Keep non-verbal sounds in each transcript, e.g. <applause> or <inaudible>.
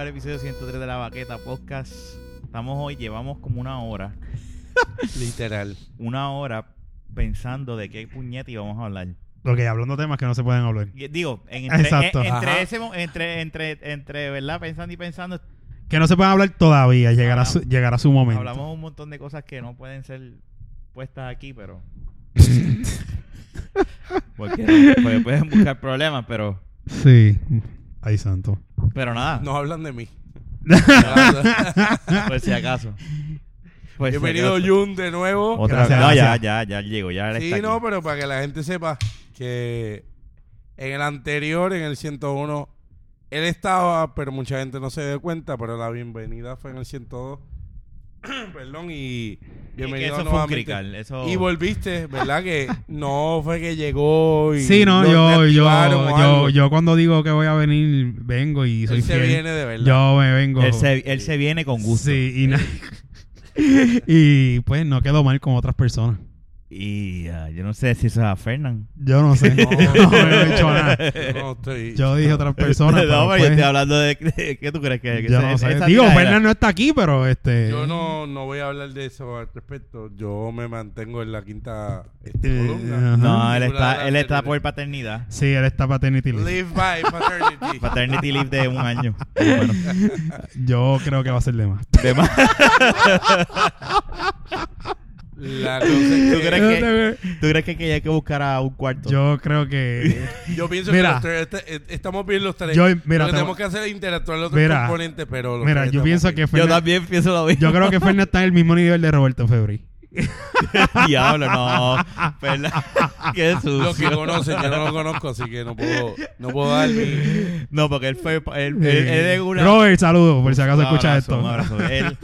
el episodio 103 de La Baqueta Podcast. Estamos hoy, llevamos como una hora, <laughs> Literal. una hora pensando de qué puñete íbamos a hablar. Ok, hablando temas que no se pueden hablar. Y- Digo, en- entre, Exacto. en- entre, Ajá. ese mo- entre, entre, entre, ¿verdad? Pensando y pensando, Que no se pueden hablar todavía, llegará, Ah, su, llegará su momento. hablamos un montón de cosas que no pueden ser puestas aquí, <laughs> pero... Porque pues, pueden buscar problemas, pero... Sí. Ay, santo. Pero nada, No hablan <laughs> de mí. Pues por si acaso. Por si Bienvenido acaso. Jun de nuevo. Otra Gracias, vez. No, ya, gracias. ya, ya llego, ya él Sí, está aquí. no, pero para que la gente sepa que en el anterior, en el 101, él estaba, pero mucha gente no se dio cuenta, pero la bienvenida fue en el 102. <clears throat> Perdón, y Y que bienvenido eso fue un nuevamente. crical, eso... Y volviste, ¿verdad? Que no fue que llegó y... Sí, no, lo yo, yo, reactivaron o yo, algo. yo cuando digo que voy a venir, vengo y soy Él se fiel. viene de verdad. yo me vengo. él, se, él se viene con gusto. Sí, y, na- <laughs> y pues no quedo mal con otras personas. Y ah, yo no sé si eso es a Fernán. Yo <laughs> no sé. No, no, he hecho nada. No, estoy... Yo dije otras personas. <laughs> pero no, pero yo pues, estoy hablando de... de- ¿Qué tú crees que...? que yo esa- no sé. esa Digo, tiradera- Fernan no está aquí, pero este. Yo no, no voy a hablar de eso al respecto. Yo me mantengo en la quinta este, Eh, columna. No, ajá. él Ninguna de está, las él está anteriores. por paternidad. Sí, él está paternity. leave. Live by paternity. <laughs> Paternity leave de un año. Bueno, Yo creo que va a ser de más. de más. <laughs> La cosa es ¿Tú que- crees que, tú crees que, que hay que buscar a un cuarto? <laughs> Yo creo <laughs> que. Yo pienso Mira. que los tres- este- estamos bien los tres. Yo- Lo que mira, te- tenemos que hacer es interactuar los tres Mira. componentes, pero los Mira, tres yo estamos pienso bien. que Yo Fernan. también pienso lo mismo. Yo creo que Fernan está en el mismo nivel de Roberto Febri. <laughs> Diablo, no. Fernan, <laughs> Qué sucio. Los que conocen, yo no los conozco, así que no puedo, no puedo dar mi... No, porque él fue... Él, él- él es una... Eh, Robert, saludos, por si acaso Un escuchas abrazo, esto. un abrazo. <laughs> Él,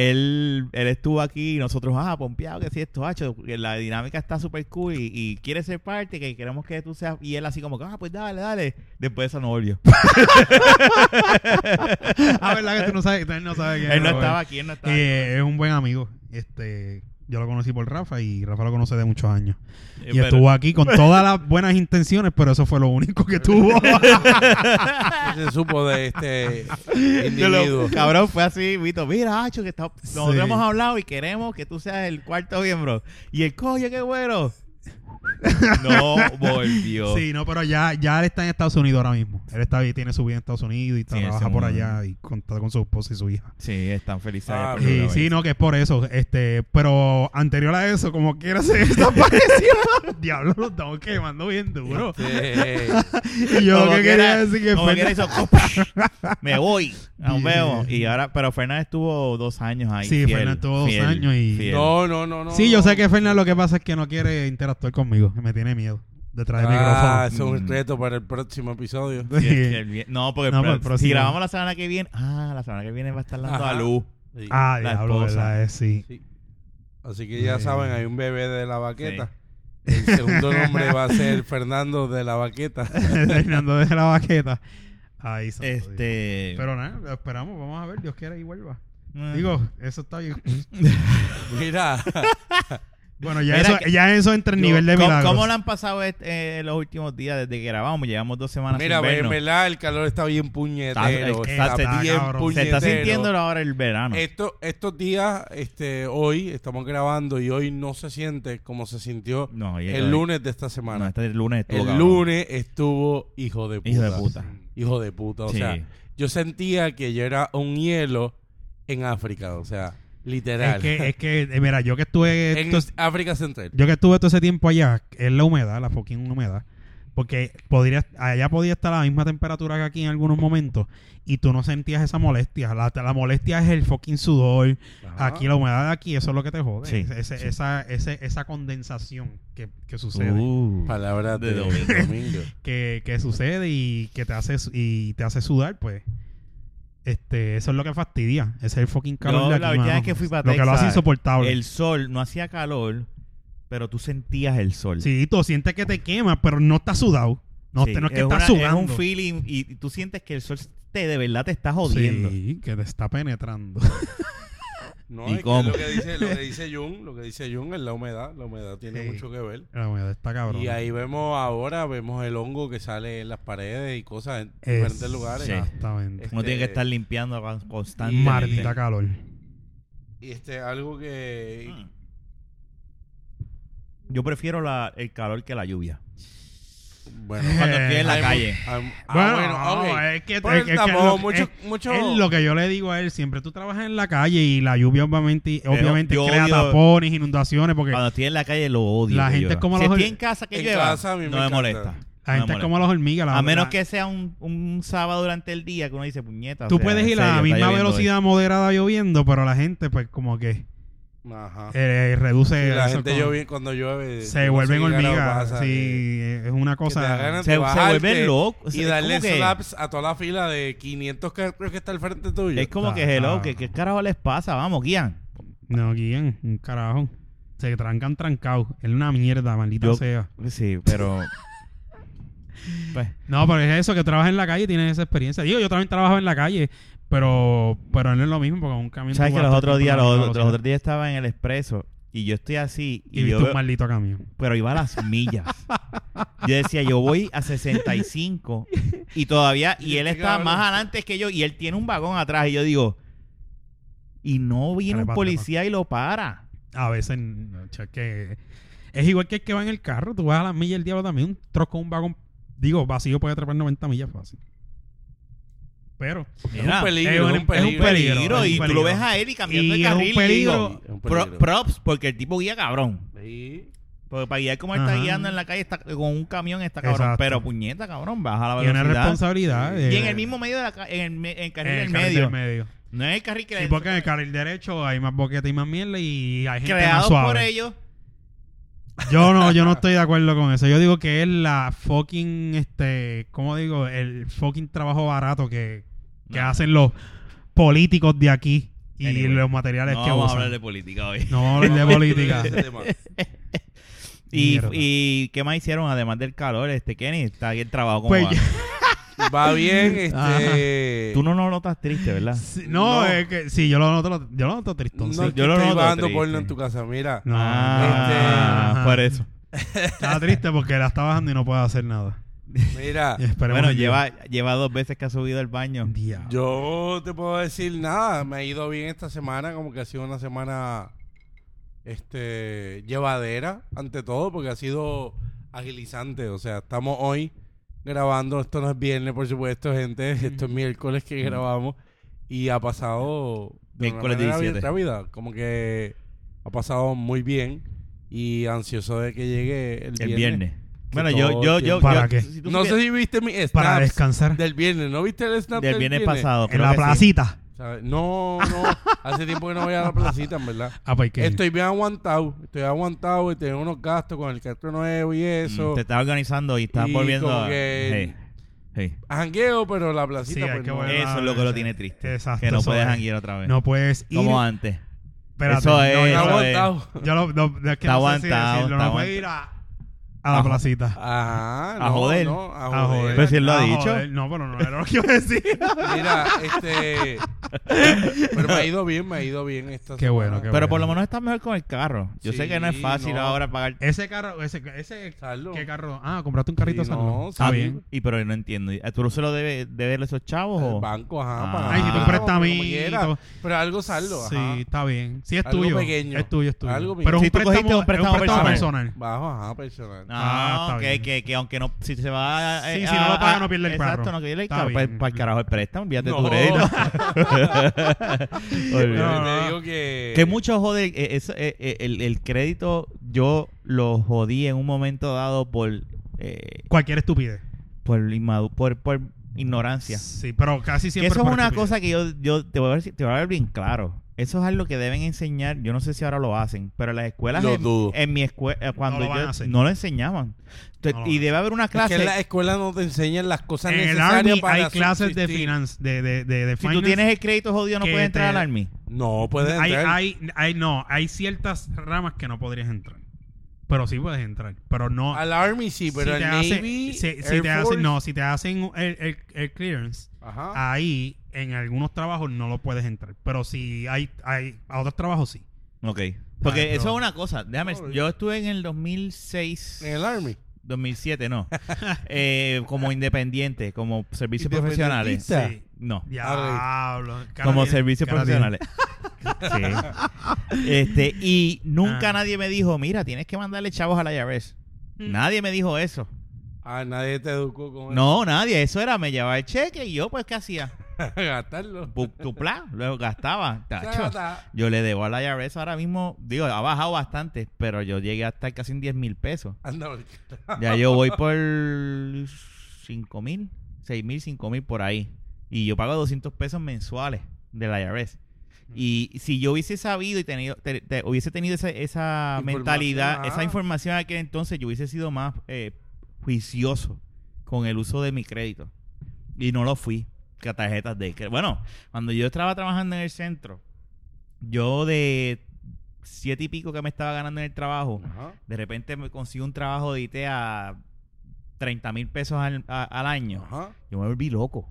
él, él estuvo aquí y nosotros, ah, pompeado, que sí, esto, hacho, que la dinámica está súper cool y, y quiere ser parte, que queremos que tú seas. Y él así como, que, ah, pues dale, dale. Después de eso no volvió. Ah, verdad que tú no sabes, él no sabe quién es él no Robert. estaba aquí, él no estaba aquí. Eh, es un buen amigo. Este, yo lo conocí por Rafa y Rafa lo conoce de muchos años. Eh, Y pero- <laughs> estuvo aquí con todas las buenas intenciones, pero eso fue lo único que tuvo. <laughs> Se supo de este Yo lo- individuo. cabrón, fue así, Vito. Mira, Hacho, que está- nosotros Sí. hemos hablado y queremos que tú seas el cuarto miembro. Y el coño, qué bueno. <laughs> No volvió. sí, no, pero ya, ya él está en Estados Unidos ahora mismo. Él está, tiene su vida en Estados Unidos y Sí, ese trabaja es por un- allá y contacta con su esposa y su hija. Sí, están felices. Ah, por sí, Sí, primera sí, vez. no, que es por eso. Este, pero anterior a eso, como quiera se <laughs> desapareció. Diablo, lo estamos quemando bien duro. Este, Y yo Como que quiera- quería decir que como fue- quiera hizo, <laughs> me voy nos Bien. vemos y ahora pero Fernández estuvo dos años ahí Sí, fiel, Fernan estuvo dos fiel, años y- fiel. no, no, no, no. Sí, yo sé que no. Fernan lo que pasa es que no quiere interactuar conmigo. Me tiene miedo detrás del <laughs> Ah, micrófono. eso es un reto para el próximo episodio. Sí, Sí. es que el bien- no porque No, pero para el próximo. si grabamos la semana que viene ah la semana que viene va a estar dando Ajá. a luz Sí. Ah, la diablo, esposa. ¿verdad? Eh, sí. Sí. Así que ya Eh. saben, hay un bebé de la baqueta. El segundo nombre va a <laughs> ser Fernando de la baqueta. <laughs> Fernando de la baqueta. Ahí santo Dios. este Pero nada, lo esperamos. Vamos a ver. Dios quiera y vuelva. mm, Digo, eso <laughs> está bien. Mira, Bueno, ya, Mira eso, que- ya eso entra en digo, nivel de ¿cómo- milagros. ¿Cómo, le han pasado este, eh, los últimos días desde que grabamos? Llevamos dos semanas mira, pues, sin en vernos. verdad el calor está bien puñetero. Está- Está, está- bien cabrón. puñetero. Se está sintiendo ahora el verano. Esto- estos días, este, hoy estamos grabando y hoy no se siente como se sintió no, y- el lunes de esta No, semana. este lunes estuvo el cabrón. lunes estuvo hijo de puta. Hijo de puta. Hijo de puta. O Sí. sea, yo sentía que yo era un hielo en África. O sea, literal. Es que, <laughs> es que, eh, mira, yo que estuve. en estos- África Central. Yo que estuve todo ese tiempo allá, es la humedad, la fucking humedad. Porque podría, allá podía estar a la misma temperatura que aquí en algunos momentos y tú no sentías esa molestia. La, la molestia es el fucking sudor. Ajá. Aquí la humedad de aquí, eso es lo que te jode. Ah. Sí, Ese- sí. Esa, ese- esa condensación que, que sucede. Uh. Palabras De de, domingo. domingo. <laughs> Que, que sucede y que te hace, su- y te hace sudar, pues. Este, eso es lo que fastidia. Ese es el fucking calor Yo, de aquí, la última mano. vez que fui pa' Lo que lo hace Texas, insoportable. El sol, no hacía calor, pero tú sentías el sol. Sí, tú sientes que te quema, pero no estás sudado. No, Sí, te- no es que es estás una- sudando. Es un feeling y, y tú sientes que el sol te de verdad te está jodiendo. <laughs> Sí, que te está penetrando. No, ¿Y es que cómo? lo que dice, lo que dice Jun, lo que dice Jun es la humedad, la humedad tiene Sí. mucho que ver. La humedad está cabrón. Y ahí vemos ahora, vemos el hongo que sale en las paredes y cosas en Es- diferentes lugares. Sí. Exactamente. Uno tiene que Este- estar limpiando con- constantemente. Maldita calor. Y este algo que Ah. Mm. Yo prefiero la, el calor que la lluvia. bueno, Eh, Cuando estoy en la hay mu- calle. hay- ah, <laughs> bueno, bueno, ok. no, es que, Pero Pues es que- es que tampoco lo, mucho- es- mucho- es lo que yo le digo a él, siempre tú trabajas en la calle y la lluvia obviamente, obviamente yo crea odio- Ah, tapones, inundaciones, porque Cuando estoy en la calle lo odio. La que gente llueva. es como si los- estoy en casa que En llueva, casa a mí me no me encanta. molesta. la No me gente es como molesta. las hormigas. la- A menos la- que sea un, un sábado durante el día que uno dice puñeta. Tú o sea, puedes en ir a la serio, está misma lloviendo hoy". velocidad moderada lloviendo, pero la gente pues como que Ajá. eh, reduce... Y la eso gente con- llueve- cuando llueve Se no vuelven sé qué carajo hormigas. pasa, eh, Sí, es una que te da cosa... ganas Se- de se bajarte vuelven locos. y Es darle como que- slaps a toda la fila de 500 carros que está al frente tuyo. Es como Ah, que, hello, ah. que ¿qué carajo les pasa? Vamos, guían. No, Guillén, un carajo. Se trancan trancados. Es una mierda, maldita Yo- sea. Sí, pero... <laughs> pues, No, pero es eso, que trabajas en la calle y tienes esa experiencia. Digo, yo también trabajo en la calle, pero, pero no es lo mismo porque un camión... ¿Sabes tú que vas los a estar otros días comprando los, una los velocidad. otros días estaba en el expreso y yo estoy así Y, y, viste yo un veo- maldito camión. pero iba a las millas. Yo decía, yo voy a 65 y todavía y él <laughs> Qué está cabrón. más adelante que yo y él tiene un vagón atrás y yo digo, y no viene Trepa, un policía y lo para. A veces, no, che, que... Es igual que el que va en el carro, tú vas a las millas el diablo también, un troco, un vagón, digo, vacío puede atrapar 90 millas fácil. Pero... Mira, un peligro, es un- es un peligro. es un peligro, peligro, es y un tú peligro. lo ves a él y cambiando Y el es un carril y digo, peligro. Es un pro- peligro. props porque el tipo guía cabrón. Sí. Porque para guiar como él está Ajá. guiando en la calle está, con un camión está cabrón, Exacto. pero puñeta cabrón, baja la Y una velocidad. responsabilidad. Y eh, en el mismo medio de la ca- en el, me- en el en carril el del carril medio. del medio. No es el carril que Sí, porque en el carril derecho hay más boquete y más mierda y hay gente más creado suave. por ellos. Yo no, yo no estoy de acuerdo con eso. Yo digo que es la fucking, este, ¿cómo digo? El fucking trabajo barato que, que No. hacen los políticos de aquí y Anyway. los materiales No que vamos a usan. hablar de política hoy. No vamos a hablar de <laughs> <laughs> política. Ese tema. Y, Mierda. y qué más hicieron además del calor, este Kenny, está aquí el trabajo como Pues va. yo- Va bien, Ajá. este. Tú no lo notas triste, ¿verdad? Sí, no, No. es que sí, yo lo noto, lo- yo lo noto No, tristón. sí. es que yo lo estoy noto bajando triste. porno en tu casa, mira. No, ah, ajá. por eso. Estaba triste porque la está bajando y no puede hacer nada. <laughs> Mira, Esperemos Ah, bueno, en Dios. lleva, lleva dos veces que ha subido al baño. Diablo. yo te puedo decir nada, me ha ido bien esta semana, como que ha sido una semana este llevadera ante todo porque ha sido agilizante, o sea, estamos hoy grabando, esto no es viernes, por supuesto, gente, <laughs> esto es miércoles que grabamos y ha pasado de una Miércoles manera bien 17. rápida, como que ha pasado muy bien y ansioso de que llegue el, El viernes. viernes. Bueno, Que yo, todo yo, tiempo- yo, ¿Para yo- qué? si tú No sé supieras- si viste mi snaps Para descansar. del viernes. ¿No viste el snap del viernes pasado. en creo la que sí. placita. ¿Sabes? No, no. Hace tiempo que no voy a la placita, en verdad. Ah, pues que Estoy bien aguantado. Estoy aguantado y tengo unos gastos con el cartón nuevo y eso. Mm, Te estás organizando y estás Y volviendo como a- que- Sí, sí. Jangueo, pero la placita Sí, hay pues, que no. volver. Eso es lo que lo tiene triste. Exacto, que no eso puedes es. janguear otra vez. no puedes ir. como antes. Espérate, Eso es, no, Estoy yo eso lo- es. aguantado. Yo lo, no, es que Está no sé si aguantado, decirlo, está Ah, no puede aguantado. ir a, a la A jo- placita. Ajá. A Ah, no, joder. no, a A joder. joder. Pero si él lo ha a dicho. joder. No, pero no era lo que iba a decir. <laughs> Mira, este. Pero me ha ido bien, me ha ido bien esta Qué bueno, qué Pero por lo menos estás mejor con el carro. Yo sé que no es Sí, fácil no. ahora pagar. ese carro, ese, ese Salud. ¿qué carro? Ah, compraste un carrito Sí, San Juan. no, Está sí. bien. Y pero no entiendo. ¿Y ¿Tú se lo debes deber a esos chavos? El O? banco, ajá. Ah. para- Ay, si tú como prestamito. quieras. Pero algo saldo, ajá. Sí, está bien. Sí es Algo tuyo. pequeño. Es tuyo, es tuyo. Algo pequeño. pero es Si un tú cogiste préstamo, un es préstamo personal. Bajo, ajá, personal. Ah, Ah, está que, bien. que, que aunque no, si se va eh, Sí, si no lo paga, no pierde el exacto, carro. no pierde el Está carro. bien. Para, el carajo el préstamo, envíate No. tu <laughs> crédito. <laughs> Yo Olvídate. No. te digo que... Que mucho jode, eh, eso, eh, eh, el, el crédito yo lo jodí en un momento dado por, eh, Cualquier estupidez. por, inmadu- por, por ignorancia. Sí, pero casi Que siempre. eso es por una estupidez. cosa que yo, yo te, voy a ver, te voy a ver bien claro. Eso es algo que deben enseñar. Yo no sé si ahora lo hacen, pero en las escuelas. Lo en, dudo. en mi escuela, cuando No lo van yo- a hacer. no lo enseñaban. Entonces, No lo van y a debe haber una Es clase. que en la escuela no te enseñan las cosas En el necesarias Army para hay clases de subsistir. finanzas. De, de, de, de si tú finance. tienes el crédito jodido, no que puedes entrar te- al army. No, puedes hay, entrar. hay, hay- no, hay ciertas ramas que no podrías entrar. Pero sí puedes entrar. Pero no. Al Army Ah, sí, pero si te al hacen- Navy, si- si Air te hacen, Force- Ah. no, si te hacen el, el- el clearance, Ajá. ahí en algunos trabajos no lo puedes entrar. Pero si hay, hay a otros trabajos sí. Ok. Porque Ay, eso Ah, no. es una cosa. Déjame, No, yo estuve en el 2006. En el Army. 2007, no. Eh, como independiente, como servicios profesionales. Independentista. Sí. No. Diablo. cara como tiene- servicios cara tiene. profesionales. <laughs> Sí. Este, y nunca Ah. nadie me dijo, mira, tienes que mandarle chavos a la IRS. Mm. Nadie me dijo eso. Ah, nadie te educó con No, nadie. Eso era, me llevaba el cheque y yo, pues, ¿qué hacía? <laughs> gastarlo. Bu- Tuplá, luego gastaba. Tacho. Chata. Yo le debo a la IRS ahora mismo, digo, ha bajado bastante, pero yo llegué a estar casi en 10 mil pesos. Anda, porque- Ya yo voy por 5 mil, 6 mil, 5 mil por ahí. Y yo pago 200 pesos mensuales de la IRS. Y si yo hubiese sabido y tenido, te- te- hubiese tenido esa, esa Información, mentalidad, ah. esa información en aquel entonces, yo hubiese sido más eh, juicioso con el uso de mi crédito. Y no lo fui. Que tarjetas de crédito. Bueno, cuando yo estaba trabajando en el centro, yo de siete y pico que me estaba ganando en el trabajo, Ajá. de repente me consigo un trabajo de IT a 30 mil pesos al, a- al año. Ajá. Yo me volví loco.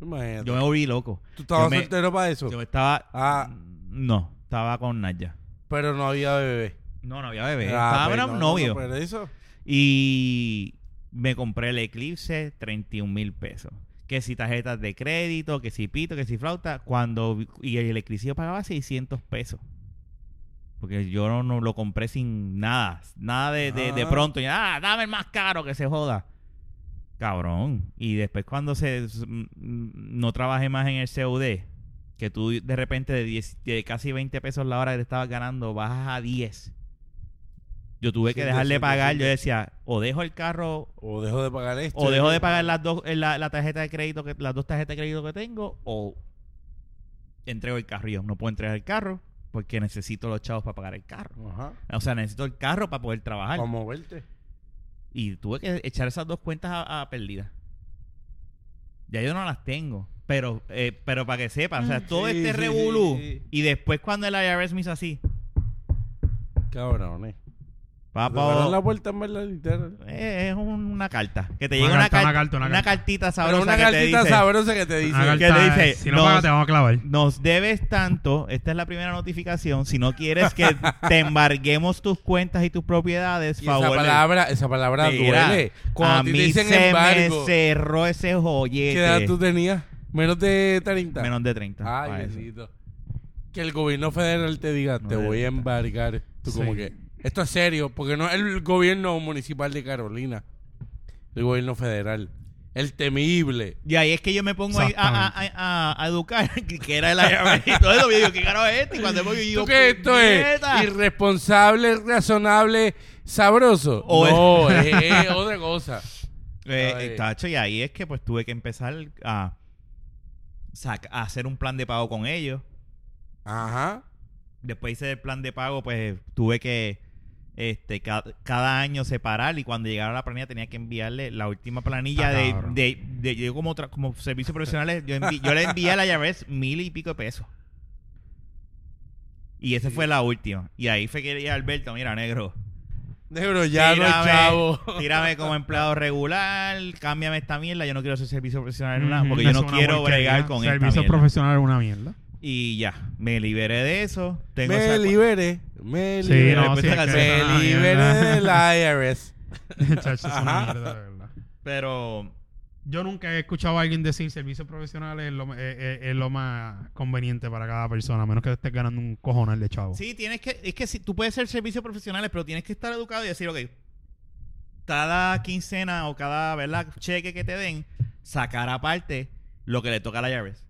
Imagínate. Yo me volví loco. Tú estabas yo me- soltero para eso, Yo estaba. Ah. No, estaba con Naya. pero no había bebé. No, no había bebé. Ah, estaba pues era no, un no, novio. no, pero eso. Y me compré el Eclipse, 31 mil pesos. Que si tarjetas de crédito, que si pito, que si flauta. Cuando vi- y el Eclipse yo pagaba 600 pesos. Porque yo no, no lo compré sin nada. Nada de, de, de Ah. pronto. Y, ah, dame el más caro que se joda. Cabrón. Y después cuando se mm, no trabajé más en el CUD, que tú de repente de, 10 de casi 20 pesos la hora que te estabas ganando, bajas a 10. Yo tuve que Sí, dejarle sí, sí, pagar. sí. Yo decía, o dejo el carro, O dejo de pagar esto. o dejo de pagar las dos, eh, la, la tarjeta de crédito, que, las dos tarjetas de crédito que tengo, o entrego el carro. Y Yo no puedo entregar el carro porque necesito los chavos para pagar el carro. Ajá. O sea, necesito el carro para poder trabajar. Para moverte. Y tuve que echar esas dos cuentas a, a pérdida. Ya yo no las tengo. Pero, eh, pero para que sepan, o sea, todo Sí, este sí, revolú. sí, sí. Y después cuando el IRS me hizo así, Cabrones. Cerraron papá, la puerta en verdad, literal. eh, es un- una carta. Que te Una llega una, carta, carta, una carta, una una carta. cartita Pero sabrosa una que te cartita dice, sabrosa que te dice. Una ¿Qué carta, te dice? Si no Nos- pagas, te vamos a clavar. Nos debes tanto, esta es la primera notificación, si no quieres que <laughs> te embarguemos tus cuentas y tus propiedades, Y esa favor. palabra, esa palabra Mira, duele. a Cuando a mí ti te dicen se embargo, me cerró ese joyete. ¿qué edad tú tenías? Menos de 30. Menos de 30. Ay, para eso. bendito. Que el gobierno federal te diga, No te le voy a gusta. embargar. Tú como Sí. que, esto es serio, porque no es el gobierno municipal de Carolina. El gobierno federal. El temible. Y ahí es que yo me pongo ahí a, a- Exactamente. a- a educar, <laughs> que era el IRS y todo eso. Y yo digo, ¿qué caro es este? Y cuando voy, yo digo, ¿Tú qué esto eh? es? "Puñeta". Irresponsable, razonable, sabroso. O <laughs> no, es, es otra cosa. Eh, Ay. eh, tacho, y ahí es que pues tuve que empezar a, sac- a hacer un plan de pago con ellos. Ajá. Después hice el plan de pago, pues tuve que este ca- cada año separar y cuando llegara la planilla tenía que enviarle la última planilla Ah, de, cabrón. de, de- yo como tra- como servicios profesionales yo, envi- yo le envié a la IRS mil y pico de pesos y esa fue la última y ahí fue que le dije a Alberto mira negro Negro, ya no, <laughs> chavo. <laughs> tírame como empleado regular cámbiame esta mierda yo no quiero ser servicio profesional en nada, Ujú, porque yo eso no es una quiero porquería. bregar con esta Servicio mierda". profesional es una mierda. y ya me liberé de eso tengo Me esa- liberé. Me Sí, liberé. no, después sí, de es la que canción. es una me liberé mierda. <laughs> del <laughs> IRS. Chacho, es una mierda, de verdad. pero Yo nunca he escuchado a alguien decir servicios profesionales es lo, es- es- es lo más conveniente para cada persona, a menos que estés ganando un cojonal de chavo. Sí, tienes que. Es que si, tú puedes ser servicios profesionales, pero tienes que estar educado y decir, ok, cada quincena o cada ¿verdad? cheque que te den, sacar aparte lo que le toca a la IRS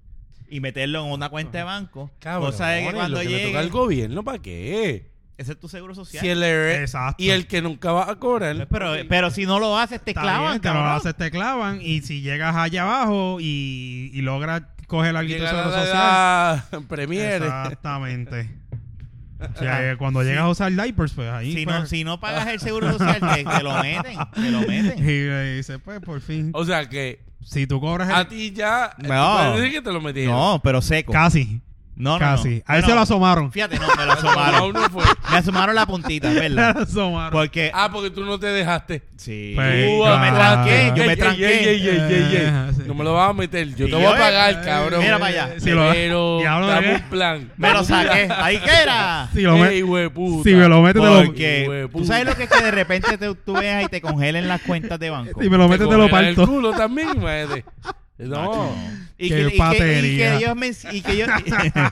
y meterlo en una cuenta de banco. cosa de que Cabrones, cuando lo que le toca al llegue, gobierno, ¿para qué? ese es tu seguro social. Si el IRS Exacto. y el que nunca va a cobrar. pero, pero si no lo haces, te Está clavan, bien, te lo cabrón. haces, te clavan. Y si llegas allá abajo y, y logras coger algo de Llegar seguro a social. la <laughs> edad premier. Exactamente. O sea, eh, cuando llegas a usar diapers, pues ahí. Si pues, no, si no pagas el seguro social, te, te lo meten. Te <laughs> lo meten. Y le dice, pues por fin. O sea que Si tú cobras el- a ti ya. No. <laughs> tú puedes decir que te lo metieron. No, pero seco. casi. No, no, Casi. no. A él No, se no. lo asomaron. Fíjate, <laughs> no, me lo asomaron. No, no fue. me asomaron la puntita, es Le <laughs> ¿verdad? asomaron. Porque. Ah, porque tú no te dejaste. Sí. Pues, yo claro. me tranqué, yo Ey, me ey, tranqué. ey, ey, ey, ey, ey. Ajá, sí. No me lo vas a meter. Yo Y te voy a yo, pagar, eh, cabrón. mira para allá. Si lo- pero Diablo, ¿eh? dame ¿qué? un plan. Me lo saqué. Ahí que era. Si lo me- Ey, hueputa. si me lo metes, te lo, Porque tú sabes lo que es que de repente te, tú veas y te congelen las cuentas de banco. si me lo Te metes, te lo cogerá el parto. culo también, imagínate. No. Y Qué que, y que- y patería. que ellos men- y que ellos- <laughs>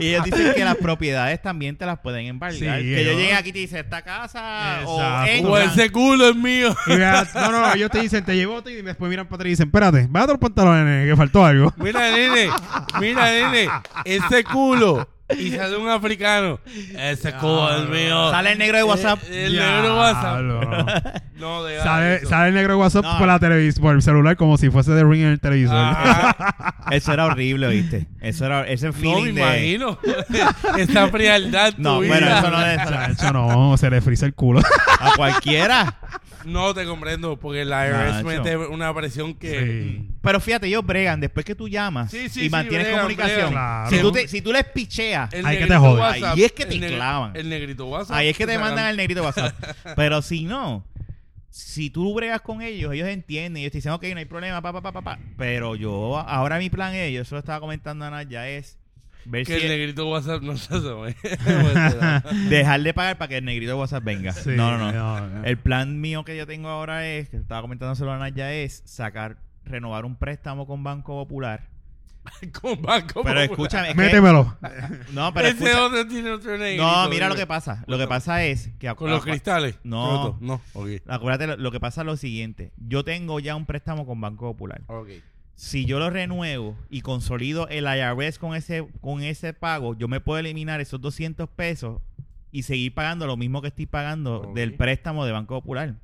y ellos dicen que las propiedades también te las pueden embargar. Sí, que yo ellos- llegue aquí y te dice esta casa o Exacto. en- O ese culo es mío. Y veas- no, no, ellos te dicen, te llevo y después miran para atrás y dicen, espérate, bájate los pantalones, que faltó algo. Mira, nene. Mira, nene. Ese culo. Ah, Y sale un africano. Ese culo es mío. sale el negro de WhatsApp. Eh, el negro WhatsApp. Diablo. No, de Sale, sale el negro de WhatsApp No. por, la televis por el celular como si fuese de Ring en el televisor. Ah, <laughs> Eso era horrible, ¿viste? Eso era ese No me feeling de imagino. <laughs> Esa frialdad. No, tuya. bueno, eso no <laughs> es Ah, eso no, se le frisa el <laughs> culo. a cualquiera. No te comprendo, porque la IRS Nacho. mete una presión que. Sí. Pero fíjate, ellos bregan después que tú llamas Sí, sí, y sí, mantienes bregan, comunicación. bregan. Si, Claro. tú te- si tú les picheas, el Ahí que te negrito joden. WhatsApp, Ahí es que te el negri- clavan. El negrito WhatsApp. ahí es que te sacan- mandan el negrito de <laughs> WhatsApp. Pero si no, si tú bregas con ellos, ellos entienden. Ellos te dicen, ok, no hay problema, pa, pa, pa, pa, pa. Pero yo, ahora mi plan es, yo se lo estaba comentando a Ana ya es ver Que si el negrito WhatsApp <laughs> no se asome. Pues te <laughs> da. dejar de pagar para que el negrito de WhatsApp venga. Sí, no, no, no. no. El plan mío que yo tengo ahora es, que estaba comentándoselo a Ana ya es sacar, renovar un préstamo con Banco Popular. <laughs> Con Pero banco. Popular. <laughs> escúchame, es que- Ah, Métemelo. no, pero Ese escucha- otro tiene otro negrito. no, mira lo que pasa. pasa. Lo que pasa es que Con los cristales. No. Roto. No, ok. Acuérdate, lo, lo que pasa es lo siguiente. Yo tengo ya un préstamo con Banco Popular. Ok. Si yo lo renuevo y consolido el IRS con ese, con ese pago, yo me puedo eliminar esos 200 pesos y seguir pagando lo mismo que estoy pagando Ok. del préstamo de Banco Popular.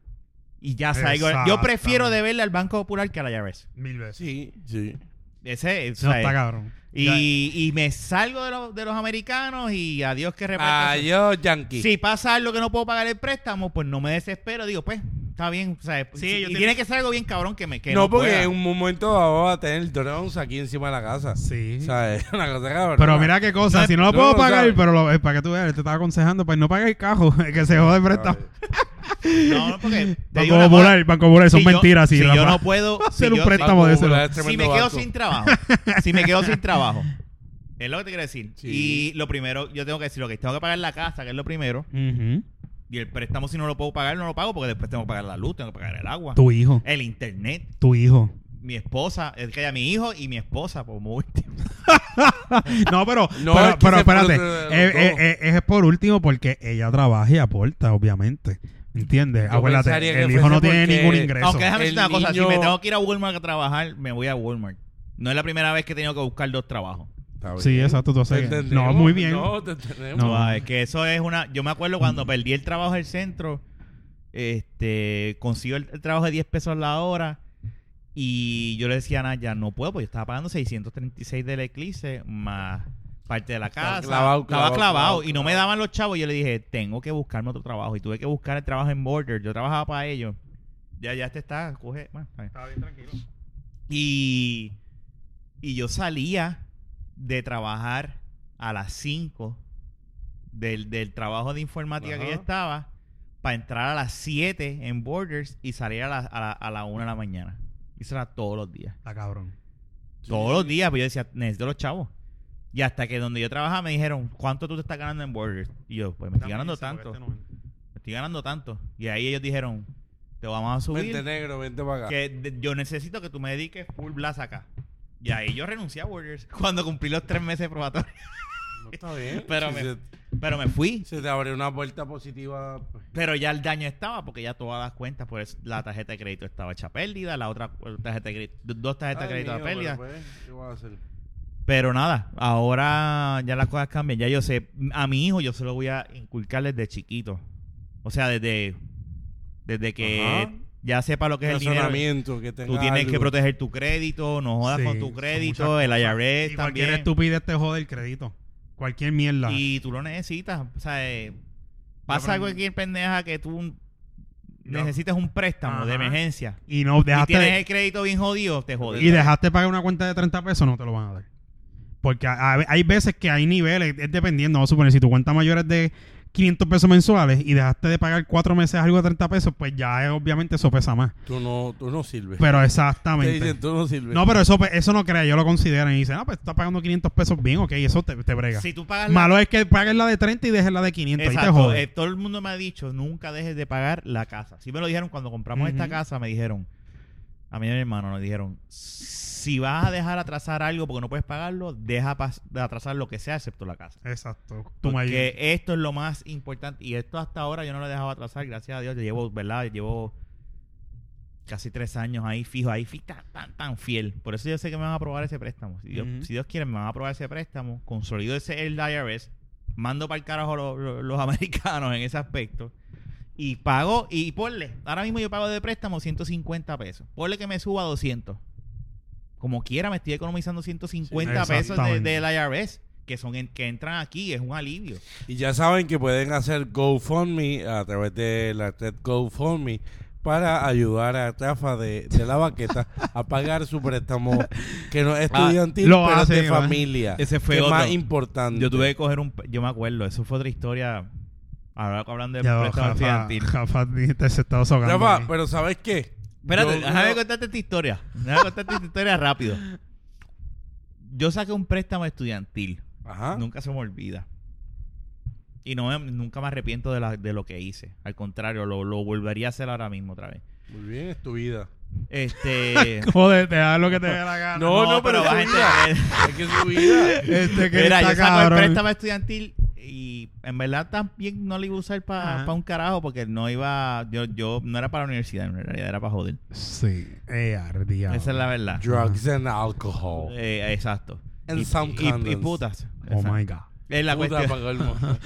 Y ya salgo. Yo prefiero Exactamente. deberle al Banco Popular que al IRS. Mil veces. Sí, sí. Ese, o Eso sea, está cabrón. y, y me salgo de, los- de los americanos y adiós que reparta. Adiós, Yankee. Si pasa algo que no puedo pagar el préstamo, pues no me desespero. Digo, pues, está bien. O sea, Sí, y- yo y tengo- tiene que ser algo bien cabrón que me que no, porque pueda. en un momento vamos a tener drones aquí encima de la casa. Sí. O sea, es una cosa cabrón. Pero mira qué cosa, si no lo no puedo lo pagar, sabes. pero lo- eh, para que tú veas, te estaba aconsejando, para no pagar el cajo, <laughs> que se jode el préstamo. No, no, porque. te digo Banco una Popular, cosa, Banco Popular, son si yo- mentiras. Si sí, yo Rafa. no puedo. si, Hacer un yo- préstamo Banco de ese, Popular es si tremendo me quedo banco. <laughs> sin trabajo. si me quedo sin trabajo. Es lo que te quiero decir. Sí. Y lo primero, yo tengo que decir, lo que tengo que pagar la casa, que es lo primero. Ujú. Y el préstamo, si no lo puedo pagar, no lo pago, porque después tengo que pagar la luz, tengo que pagar el agua, Tu hijo, el internet, tu <laughs> hijo. mi esposa, el que haya mi hijo y mi esposa, pues, por <laughs> último. No, pero, No, pero, es que pero se espérate, produce de eh, los eh, eh, es por último porque ella trabaja y aporta, obviamente. ¿Entiendes? Yo Acuérdate, pensaría que el hijo no fuese tiene porque- ningún ingreso. Aunque déjame El decirte una cosa, niño- si me tengo que ir a Walmart a trabajar, me voy a Walmart. No es la primera vez que he tenido que buscar dos trabajos. Está Sí, bien. exacto, tú Te haces. No, entendemos. muy bien. No, te entendemos. No. Ah, es que eso es una... Yo me acuerdo cuando perdí el trabajo del centro, este, consigo el, el trabajo de 10 pesos la hora y yo le decía a Naya, no puedo, porque yo estaba pagando 636 del eclipse más parte de la Estaba casa. clavado, estaba clavado, clavado, clavado, y no me clavado. daban los chavos. Yo le dije, tengo que buscarme otro trabajo y tuve que buscar el trabajo en Border. Yo trabajaba para ellos. Ya, ya te está, coge... bueno, está bien. Y, y yo salía de trabajar a las 5 del, del trabajo de informática que Ajá. yo estaba para entrar a las 7 en Borders y salir a la, a la, a la 1 de la mañana. Y eso era todos los días. Está cabrón. Todos los días, pues yo decía, necesito los chavos. Y hasta que donde yo trabajaba me dijeron, ¿cuánto tú te estás ganando en Borders? Y yo, pues me estoy ganando este tanto. Me estoy ganando tanto. Y ahí ellos dijeron, te vamos a subir Vente negro, vente para acá. que de- yo necesito que tú me dediques full blast acá. Y ahí yo renuncié a Warriors <laughs> cuando cumplí los tres meses probatorios. No, está bien. Pero Si me- se, Pero me fui. se te abrió una puerta positiva. pues. Pero ya el daño estaba porque ya todas las cuentas, pues la tarjeta de crédito estaba hecha pérdida, la otra tarjeta de crédito, dos tarjetas Ay, de Este crédito a mío, pero, pérdida. Pero, pues, ¿qué vas a hacer? nada, ahora ya las cosas cambian. Ya yo sé, a mi hijo yo se lo voy a inculcar desde chiquito. O sea, desde, desde que Ajá. ya sepa lo que es el dinero. Razonamiento, que tenga Tú tienes algo. que proteger tu crédito, no jodas Sí, con tu son crédito, muchas el IRS cosas. Y Eh, también. cualquier estupidez te jode el crédito. Cualquier mierda. Y tú lo necesitas. O sea, eh, pasa aprendí. algo aquí pendeja que tú No. necesitas un préstamo Ajá. de emergencia. Y no Y dejaste. tienes el crédito bien jodido, te y jodiste. dejaste pagar una cuenta de 30 pesos, no te lo van a dar. Porque a- a- hay veces que hay niveles, es dependiendo, vamos a suponer, si tu cuenta mayor es de 500 pesos mensuales y dejaste de pagar cuatro meses algo a 30 pesos, pues ya eh, obviamente eso pesa más. Tú no, tú no sirves. Pues, Pero Te exactamente. dicen, tú no sirves. No, pero eso, pe- eso no crea, yo lo considero. Y dicen, ah, pues estás pagando 500 pesos bien, ok, eso te, te brega. Si tú pagas la- Malo es que pagues la de 30 y dejes la de 500, ahí te Exacto. jode. eh, todo el mundo me ha dicho, nunca dejes de pagar la casa. Sí me lo dijeron cuando compramos esta Ujú. casa, me dijeron, a mí y a mi hermano nos dijeron, si vas a dejar atrasar algo porque no puedes pagarlo, deja pas- de atrasar lo que sea excepto la casa. Exacto. Tu mayor. Porque esto es lo más importante y esto hasta ahora yo no lo he dejado atrasar, gracias a Dios, yo llevo, ¿verdad? Llevo casi tres años ahí fijo, ahí fi- tan, tan, tan fiel. Por eso yo sé que me van a aprobar ese préstamo. Si Dios, Ujú. si Dios quiere, me van a aprobar ese préstamo. Consolido ese el IRS. Mando para el carajo lo- lo- los <laughs> americanos en ese aspecto. Y pago, y ponle, ahora mismo yo pago de préstamo 150 pesos. Ponle que me suba a 200. Como quiera, me estoy economizando 150 pesos Sí, de- exactamente. del IRS, que son en- que entran aquí, es un alivio. Y ya saben que pueden hacer GoFundMe a través de la red GoFundMe para ayudar a Rafa de, de la Baqueta a pagar su préstamo que no es Ah, estudiantil, lo pero es de hacen, ¿verdad? familia. Ese fue que es otro. más importante. Yo tuve que coger un. Yo me acuerdo, eso fue otra historia. Ahora hablando de Ya, préstamo Jafa, estudiantil. Jafa, <laughs> dijiste, se está ahogando Rafa, aquí. pero ¿sabes qué? Espérate, Yo- déjame yo- contarte esta historia. Déjame contarte esta historia rápido. Yo saqué un préstamo estudiantil. Ah. Ajá. Nunca se me olvida. Y no me- nunca me arrepiento de, la- de lo que hice. Al contrario, lo, lo volvería a hacer ahora mismo otra vez. Muy bien, es tu vida. <laughs> Este. Joder, te da lo que te dé la gana. No, no, pero vas a es tu vida. entender. Es que es tu vida. Este que Mira, está yo saco el cabrón. préstamo estudiantil y en verdad también no lo iba a usar para Ajá. un carajo porque no iba, yo, yo no era para la universidad, en realidad era para joder. Sí, eh, ardía. Esa es la verdad. Drugs and alcohol. Eh, exacto. And y, some y- y condoms. putas. Oh Exacto. my god. Es la <laughs> puta cuestión. para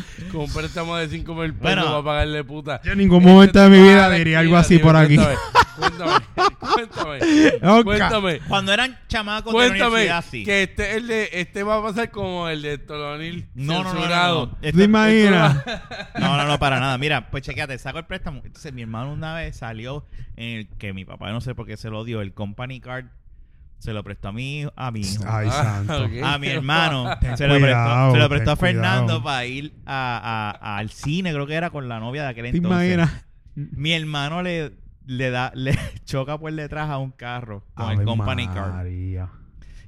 <laughs> Con un préstamo de 5 mil pesos Bueno. para pagarle puta. Yo en ningún momento de mi vida Respira, diría algo así tío, por aquí. Cuéntame, <laughs> cuéntame, cuéntame. Ok. Cuéntame, Cuando eran chamacos de la cuéntame universidad, sí. que este, el de, este va a pasar como el de Tolonil No, no, no, no, censurado. no, no. ¿Te Este- imaginas? <laughs> No, no, no, para nada. Mira, pues chequéate, saco el préstamo. Entonces, mi hermano una vez salió en el que mi papá no sé por qué se lo dio, el company card se lo prestó a mi hijo- a mi hijo. Ay, santo. ok. A mi hermano <laughs> Ten se lo cuidado, prestó, se lo prestó a ten Fernando cuidado. para ir a- a- al cine, creo que era con la novia de aquel ¿Te entonces. imaginas? Mi hermano le, le da, <laughs> le choca por detrás a un carro con Ave el company car. María.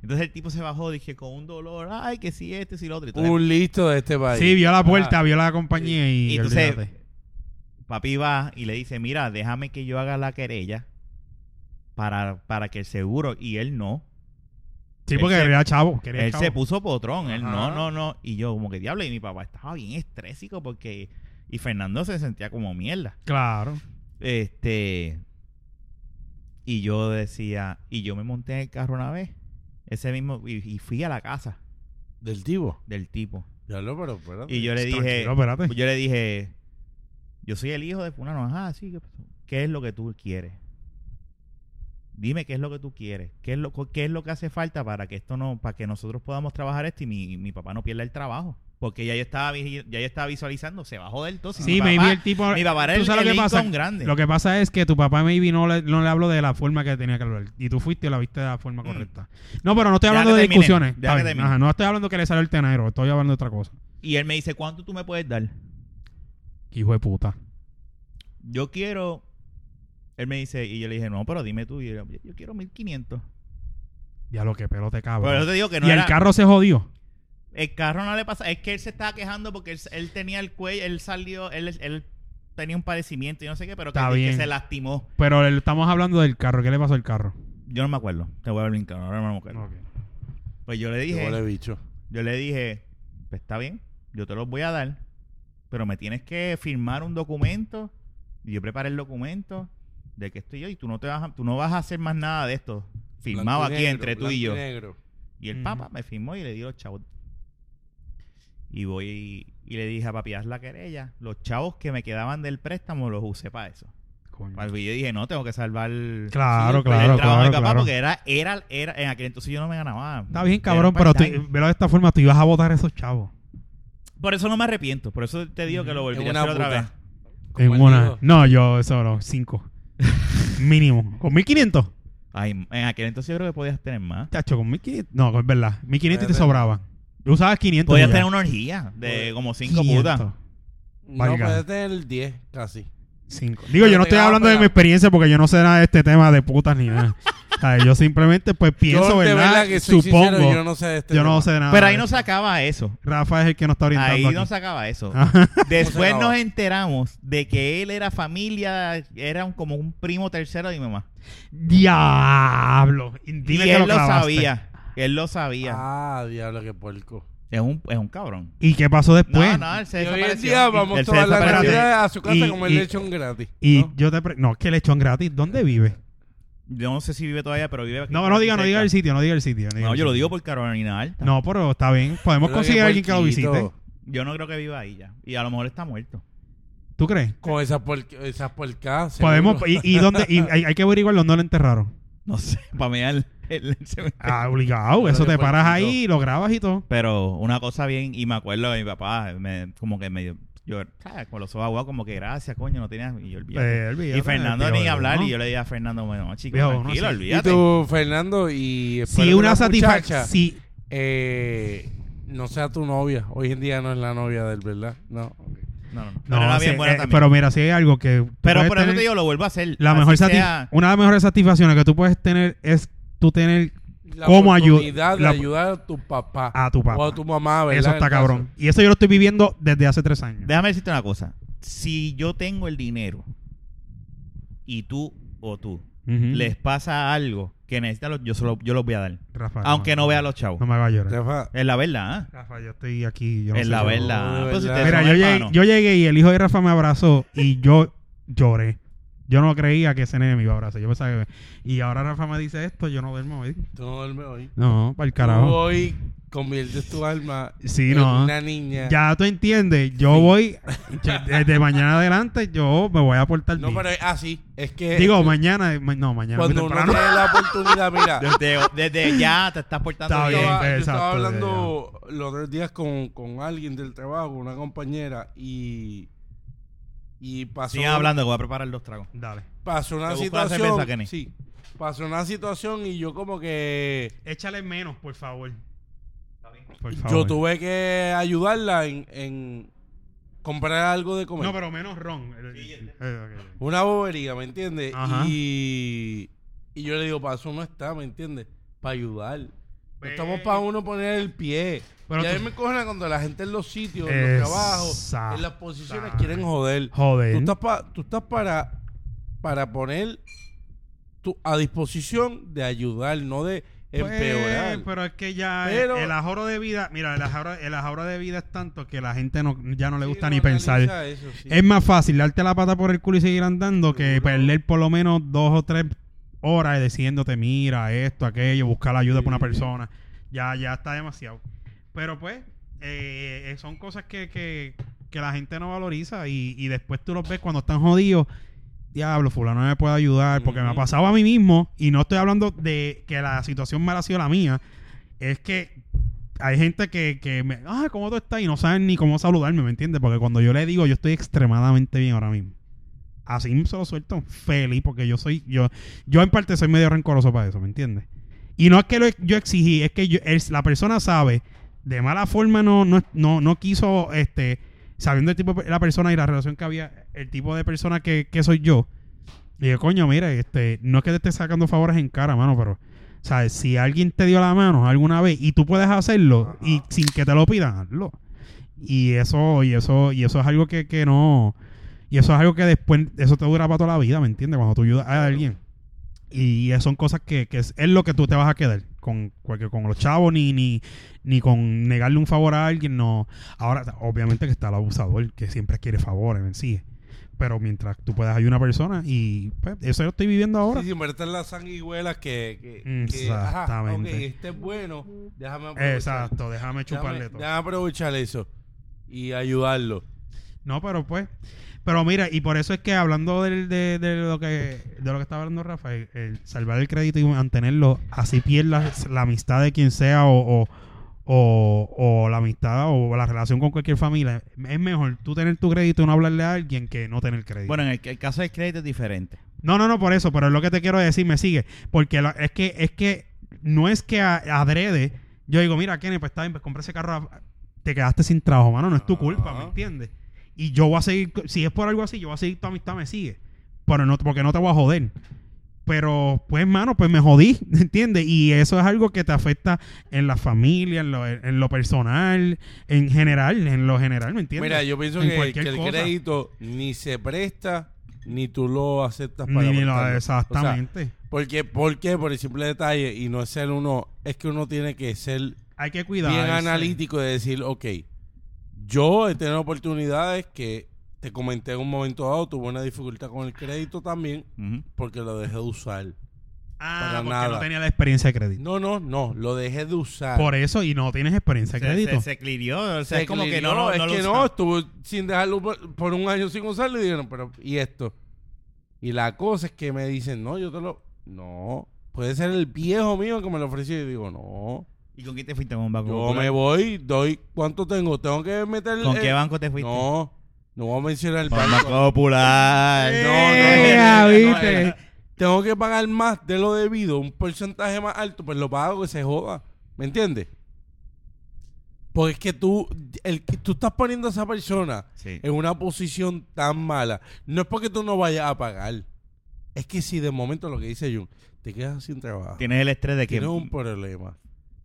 Entonces el tipo se bajó, dije, con un dolor, ay, que si este, si lo otro. Entonces, Un listo de este país. Sí, vio Ah, la puerta, Ajá. vio la compañía y. y entonces, olvídate. papi va y le dice, mira, déjame que yo haga la querella para, para que el seguro, y él no. Sí, él porque se- era chavo. quería Él chavo. se puso potrón, él no, Ajá. no, no. Y yo, como que diablo, y mi papá estaba bien estrésico porque. Y Fernando se sentía como mierda. Claro. Este. Y yo decía, y yo me monté en el carro una vez, ese mismo, y, y fui a la casa Del tipo. del tipo. Ya lo, pero espérate. Y yo le dije, pues, Tranquilo, espérate. yo le dije, yo soy el hijo de Fulano, ajá, sí, ¿qué, pasó? ¿Qué es lo que tú quieres? Dime qué es lo que tú quieres, qué es lo, qué es lo que hace falta para que esto no, para que nosotros podamos trabajar esto y mi, mi papá no pierda el trabajo. Porque ya yo estaba vi- ya yo estaba visualizando, se bajó del todo. si Sí, mi maybe papá- el tipo. mi papá era ¿tú el- sabes el lo que pasa? Lincoln grande. Lo que pasa es que tu papá, maybe, no le, no le habló de la forma que tenía que hablar. Y tú fuiste y la viste de la forma correcta. No, pero no estoy Mm. Deja hablando de que termine, discusiones. deja Está que bien, termine. ajá, no estoy hablando que le salió el tenero. Estoy hablando de otra cosa. Y él me dice, ¿cuánto tú me puedes dar? Hijo de puta. Yo quiero. Él me dice, y yo le dije, no, pero dime tú. Y yo, yo quiero 1500. Ya lo que pelote cabrón. Pero yo te digo que no Ah, y era. el carro se jodió. El carro no le pasa. Es que él se estaba quejando porque él, él tenía el cuello, él salió, él, él tenía un padecimiento y no sé qué, pero que, Está que bien. se lastimó. Pero el- estamos hablando del carro. ¿Qué le pasó al carro? Yo no me acuerdo. Te voy a brincar, ahora no me acuerdo. Pues yo le Qué huele dije, bicho. yo le dije, pues está bien, yo te los voy a dar, pero me tienes que firmar un documento. Y yo preparé el documento de que estoy yo y tú no te vas a, tú no vas a hacer más nada de esto. Firmado Blanco y aquí negro, entre tú blanco y yo. negro. Y el Ujú. papá me firmó y le dio los chavos. Y voy y le dije a papi, haz la querella. Los chavos que me quedaban del préstamo los usé para eso. Coño. Y yo dije, no, tengo que salvar pues, el Claro, Sí, pero claro, trabajo de claro, papá claro. porque era, era, era, en aquel entonces yo no me ganaba. Está bien, Era pues, cabrón, un pero tú- part-time. velo de esta forma, tú ibas a votar a esos chavos. Por eso no me arrepiento, por eso te digo que lo volví Es a una hacer otra puta. vez. En Como el una. digo. <laughs> No, yo, eso no, cinco. Mínimo. ¿Con 1500? Ay, en aquel entonces yo creo que podías tener más. Chacho, con 1500. No, es verdad. 1500 te Espérate. sobraban. Tú usabas 500. Podías ya. tener una orgía de Joder. como cinco 500. putas. No, este Valga. puede tener 10, casi. Cinco. Digo, yo no Pero te estoy iba a hablando de pegar. mi experiencia porque yo no sé nada de este tema de putas <laughs> ni nada. O sea, yo simplemente pues pienso, yo, de ¿verdad? verdad que soy Supongo. sincero, yo yo, no no sé de este sé, tema. nada. Pero de ahí no esto. se acaba eso. Rafa es el que nos está orientando Ahí Ah, aquí. no se acaba eso. <laughs> Ah, Después acaba? nos enteramos de que él era familia, era un- como un primo tercero de mi mamá. Diablo. Y Dime y que él lo lo, clavaste. sabía. Él lo sabía. Ah, diablo, qué puerco. Es, un, es un cabrón. ¿Y qué pasó No, después? no, él se Y hoy en desapareció. día vamos Él se todas las desapareció. navidades a su casa Y- como comer y- lechón gratis. Y ¿no? yo te pre- No, que lechón gratis. ¿Dónde vive? Yo no sé si vive todavía, pero vive aquí. No, por no aquí diga, no cerca. diga el sitio, no diga el sitio. diga No, el yo lo sitio. digo por Carolina Alta. No, pero está bien. Podemos Pero qué conseguir a alguien que lo puerquito. visite. Yo no creo que viva ahí ya. Y a lo mejor está muerto. <laughs> ¿Tú crees? Con esas puercas, esas puercas. seguro. Podemos. ¿Y, y dónde? <laughs> Y hay, hay que averiguarlo dónde lo enterraron. No sé, para mí el, <laughs> el- el cementerio. Ah, obligado. Pero Eso qué te paras puerquito. ahí, lo grabas y todo. Pero una cosa bien, y me acuerdo de mi papá, me- como que medio, yo, ¿sabes? con los ojos aguados, como que gracias, coño, no tenías, y yo olvidé. Eh, olvídate, y Fernando tío, ni ¿no? hablar, y yo le dije a Fernando, bueno, chico, Viejo, no tranquilo, sé. Y olvídate. tú, Fernando, y. espero Si que una la muchacha, satisfacción. Si, eh, no sea tu novia. Hoy en día no es la novia del, ¿verdad? No. ok. No, no, no. no, Pero era si- bien buena eh, también. pero mira, si hay algo que. tú Pero puedes por eso te tener- digo, lo vuelvo a hacer. la Así mejor satis- sea- Una de las mejores satisfacciones que tú puedes tener es tú tener La ¿Cómo ayu- oportunidad de la- ayudar a tu papá. a tu papá. O a tu mamá, ¿verdad? Eso está En caso. cabrón. Y eso yo lo estoy viviendo desde hace tres años. Déjame decirte una cosa. Si yo tengo el dinero y tú o tú Ujú. les pasa algo que necesitan, los- yo, solo, yo los voy a dar. Rafa, aunque me- no vea a los chavos. No me hagas llorar. Rafa, Es la verdad, ¿eh? Rafa, yo estoy aquí. Yo no es sé la yo- verdad. de Pues si verdad. ustedes Mira, son yo llegué, hermanos. yo llegué y el hijo de Rafa me abrazó y yo lloré. Yo no creía que ese nene me iba a abrazar. Yo pensaba que... Y ahora Rafa me dice esto, yo no duermo hoy. tú no duermes hoy. No, para el Tú carajo. hoy conviertes tu alma Sí, en no. Oh, una niña. Ya tú entiendes, yo <laughs> voy, yo- desde mañana adelante yo me voy a portar No, bien. pero es así. Es que Digo, mañana, eh, ma- no, mañana muy cuando uno temprano. <laughs> tiene la oportunidad, mira. yo Desde, desde ya te estás portando Está Ah, bien. bien. estaba, yo exacto, estaba ya, hablando los otros días con, con alguien del trabajo, una compañera, y, y pasó, Sigan hablando que voy a preparar los tragos. Dale. pasó una Te busco la cerveza, situación. Kenny. sí, pasó una situación y yo como que Échale menos, por favor. Por yo favor. tuve que ayudarla en, en comprar algo de comer. No, pero menos ron. Eh, ok. Una bobería, ¿me entiendes? Ajá. Y, y yo le digo, para eso no está, ¿me entiendes? Para ayudar. No Ve. estamos para uno poner el pie. Pero y a tú- mí me cogen cuando la gente en los sitios, en los trabajos, en las posiciones quieren joder. Joder. Tú estás, pa- tú estás para, para poner tu, a disposición de ayudar, no de Pues, empeorar. pero es que ya eh, Pero- el, el ajoro de vida, mira, el ajoro, el ajoro de vida es tanto que la gente no, ya no le Sí, gusta no ni pensar. analiza eso, sí. Es más fácil darte la pata por el culo y seguir andando que Seguro. perder por lo menos dos o tres horas diciéndote, mira, esto, aquello, buscar la ayuda por una persona. Ya, ya está demasiado. Pero pues, eh, eh, son cosas que, que, que la gente no valoriza y, y después tú los ves cuando están jodidos. Diablo, fulano no me puede ayudar porque me ha Ujú. pasado a mí mismo y no estoy hablando de que la situación mala ha sido la mía. Es que hay gente que, que me, ah, ¿cómo tú estás? Y no saben ni cómo saludarme, ¿me entiendes? Porque cuando yo le digo, yo estoy extremadamente bien ahora mismo. Así se lo suelto feliz, porque yo soy, yo, yo en parte soy medio rencoroso para eso, ¿me entiendes? Y no es que lo- yo exigí, es que yo- es- la persona sabe, de mala forma no, no, no, no quiso, este, sabiendo el tipo de per- la persona y la relación que había, el tipo de persona que, que soy yo. Y yo, coño, mira, este, no es que te esté sacando favores en cara, mano, pero, ¿sabes? Si alguien te dio la mano alguna vez y tú puedes hacerlo y sin que te lo pidan, hazlo. Y eso, y eso, y eso es algo que, que no. Y eso es algo que después, eso te dura para toda la vida, ¿me entiendes? Cuando tú ayudas a alguien. Y son cosas que, que es, es lo que tú te vas a quedar. Con, cualquier- con los chavos, ni, ni, ni con negarle un favor a alguien, no. Ahora, obviamente que está el abusador, que siempre quiere favores, me sigue. Pero mientras tú puedas ayudar a una persona, y pues, eso yo estoy viviendo ahora. Sí, siempre están las sanguijuelas que, que, que, ajá, Exactamente. ok, este es bueno, déjame aprovechar. Exacto, déjame chuparle déjame, todo. déjame aprovechar eso y ayudarlo. No, pero pues. Pero mira, y por eso es que hablando del- de, de lo que de lo que estaba hablando Rafael, el salvar el crédito y mantenerlo, así pierdas la amistad de quien sea o, o, o- o la amistad o la relación con cualquier familia. Es mejor tú tener tu crédito y no hablarle a alguien que no tener crédito. Bueno, en el, el caso del crédito es diferente. No, no, no, por eso, pero es lo que te quiero decir, me sigue. Porque la- es que, es que, no es que a- adrede, yo digo, mira, Kenny, pues está bien, pues compré ese carro, a- te quedaste sin trabajo, mano, no es tu culpa, ¿me Ajá. entiendes? Y yo voy a seguir, co- si es por algo así, yo voy a seguir tu amistad, me sigue. Pero no, porque no te voy a joder. Pero, pues, mano, pues me jodí, <laughs> ¿entiendes? Y eso es algo que te afecta en la familia, en lo, en lo personal, en general, en lo general, ¿me entiendes? Mira, yo pienso En que, cualquier que el cosa. crédito ni se presta ni tú lo aceptas para Ni- ni lo- prestarlo. O sea, exactamente. porque, ¿Por qué? Por el simple detalle y no es ser uno, es que uno tiene que ser Hay que cuidar. bien analítico de decir, ok, yo he tenido oportunidades que te comenté en un momento dado, tuve una dificultad con el crédito también Ujú. porque lo dejé de usar. Ah, para porque no nada. tenía la experiencia de crédito. No, no, no, lo dejé de usar. Por eso, y no tienes experiencia Se, de se, crédito. se clirió, o sea, Se es como que clirió, no, no, es no lo que usa. no, estuvo sin dejarlo por, por un año sin usarlo y dijeron, pero ¿y esto? Y la cosa es que me dicen, no, yo te lo... No, puede ser el viejo mío que me lo ofreció y digo, no, ¿Y con quién te fuiste? ¿Con un banco? yo popular? me voy, doy, ¿cuánto tengo? Tengo que meter... ¿Con el- qué banco te fuiste? No, no voy a mencionar el Con el banco. Banco Popular. No, No. ¡Ea, no, viste! no, no. Tengo que pagar más de lo debido, un porcentaje más alto, pues lo pago que se joda. ¿Me entiendes? Porque es que tú, el, que tú estás poniendo a esa persona Sí. en una posición tan mala. No es porque tú no vayas a pagar. Es que si de momento lo que dice Jun, te quedas sin trabajo. Tienes el estrés de que... Tienes un problema.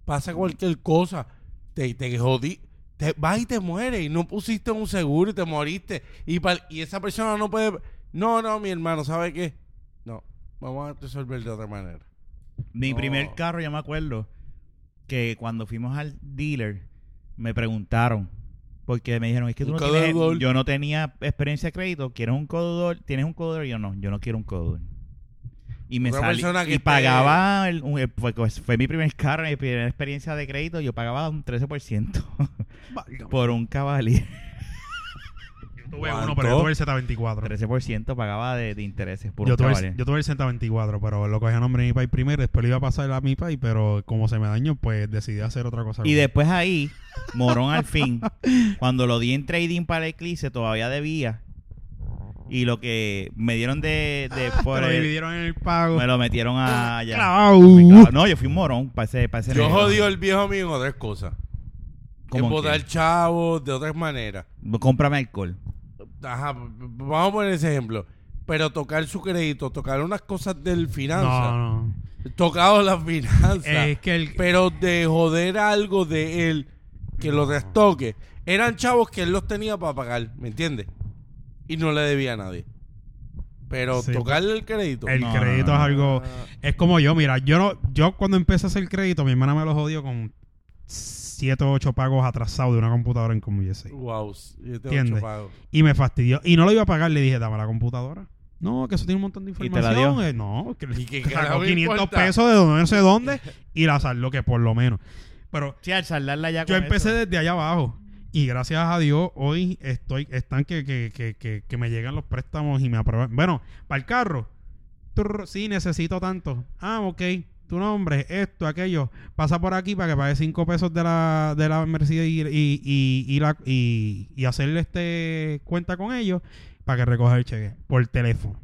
Pasa cualquier cosa. Te, te jodí. Te vas y te mueres. Y no pusiste un seguro y te moriste. Y, pal- y esa persona no puede. No, no, mi hermano, ¿sabe qué? No. Vamos a resolver de otra manera. Mi No. primer carro, yo me acuerdo que cuando fuimos al dealer, me preguntaron. Porque me dijeron, es que tú Un no tienes... codedor. Yo no tenía experiencia de crédito. ¿Quieres un codedor? ¿Tienes un codedor? Y yo, no, yo no quiero un codedor. Y me Una salí... persona que Y esté- pagaba... el- un- eh, fue, pues, fue mi primer carro, mi primera experiencia de crédito. Yo pagaba un 13% <laughs> por un Cavalier. Yo tuve ¿Cuánto? uno, pero yo tuve el Z24. 13% pagaba de, de intereses por Yo un tuve, Cavalier. el, yo tuve el Z24, pero lo cogí a nombre de mi país primero. Después lo iba a pasar a mi país, pero como se me dañó, pues decidí hacer otra cosa. Y con él. después ahí, Morón al fin, <laughs> cuando lo di en trading para Eclipse, todavía debía. Y lo que me dieron de, de Te por lo el- dividieron en el pago. me lo metieron a allá. Clavao. Me clavaron. No, yo fui un morón para ese, para ese Yo negocio. jodí al viejo mío en otras cosas. En ¿Cómo en botar chavos de otras maneras. qué? Cómprame alcohol. Ajá, v- v- vamos a poner ese ejemplo. Pero tocar su crédito, tocar unas cosas del finanza. No, no. Tocado las finanzas. Es que el, pero de joder algo de él que lo trastoque. Eran chavos que él los tenía para pagar, ¿me entiendes? Y no le debía a nadie. Pero Sí. tocarle el crédito. el No, crédito no, no. es algo. Es como yo, mira, yo no, yo cuando empecé a hacer crédito, mi hermana me lo jodió con 7 o 8 pagos atrasados de una computadora en Como USA. Wow, yo tengo Entiende. ocho pagos. Y me fastidió. Y no lo iba a pagar, le dije, dame la computadora. No, que eso tiene un montón de te la información. dio? Eh, no, que <laughs> ¿Y qué sacó carajo me 500 importa? pesos de no sé dónde y la saldó, que por lo menos. Pero Sí, al saldarla ya yo con empecé eso. desde allá abajo. Y gracias a Dios, hoy estoy, están que, que, que, que, que me llegan los préstamos y me aprueban. Bueno, para el carro, turr, sí, necesito tanto. Ah, ok. Tu nombre, esto, aquello. Pasa por aquí para que pague 5 pesos de la, de la Mercedes y, y, y, y la, y, y hacerle este cuenta con ellos para que recoja el cheque por teléfono.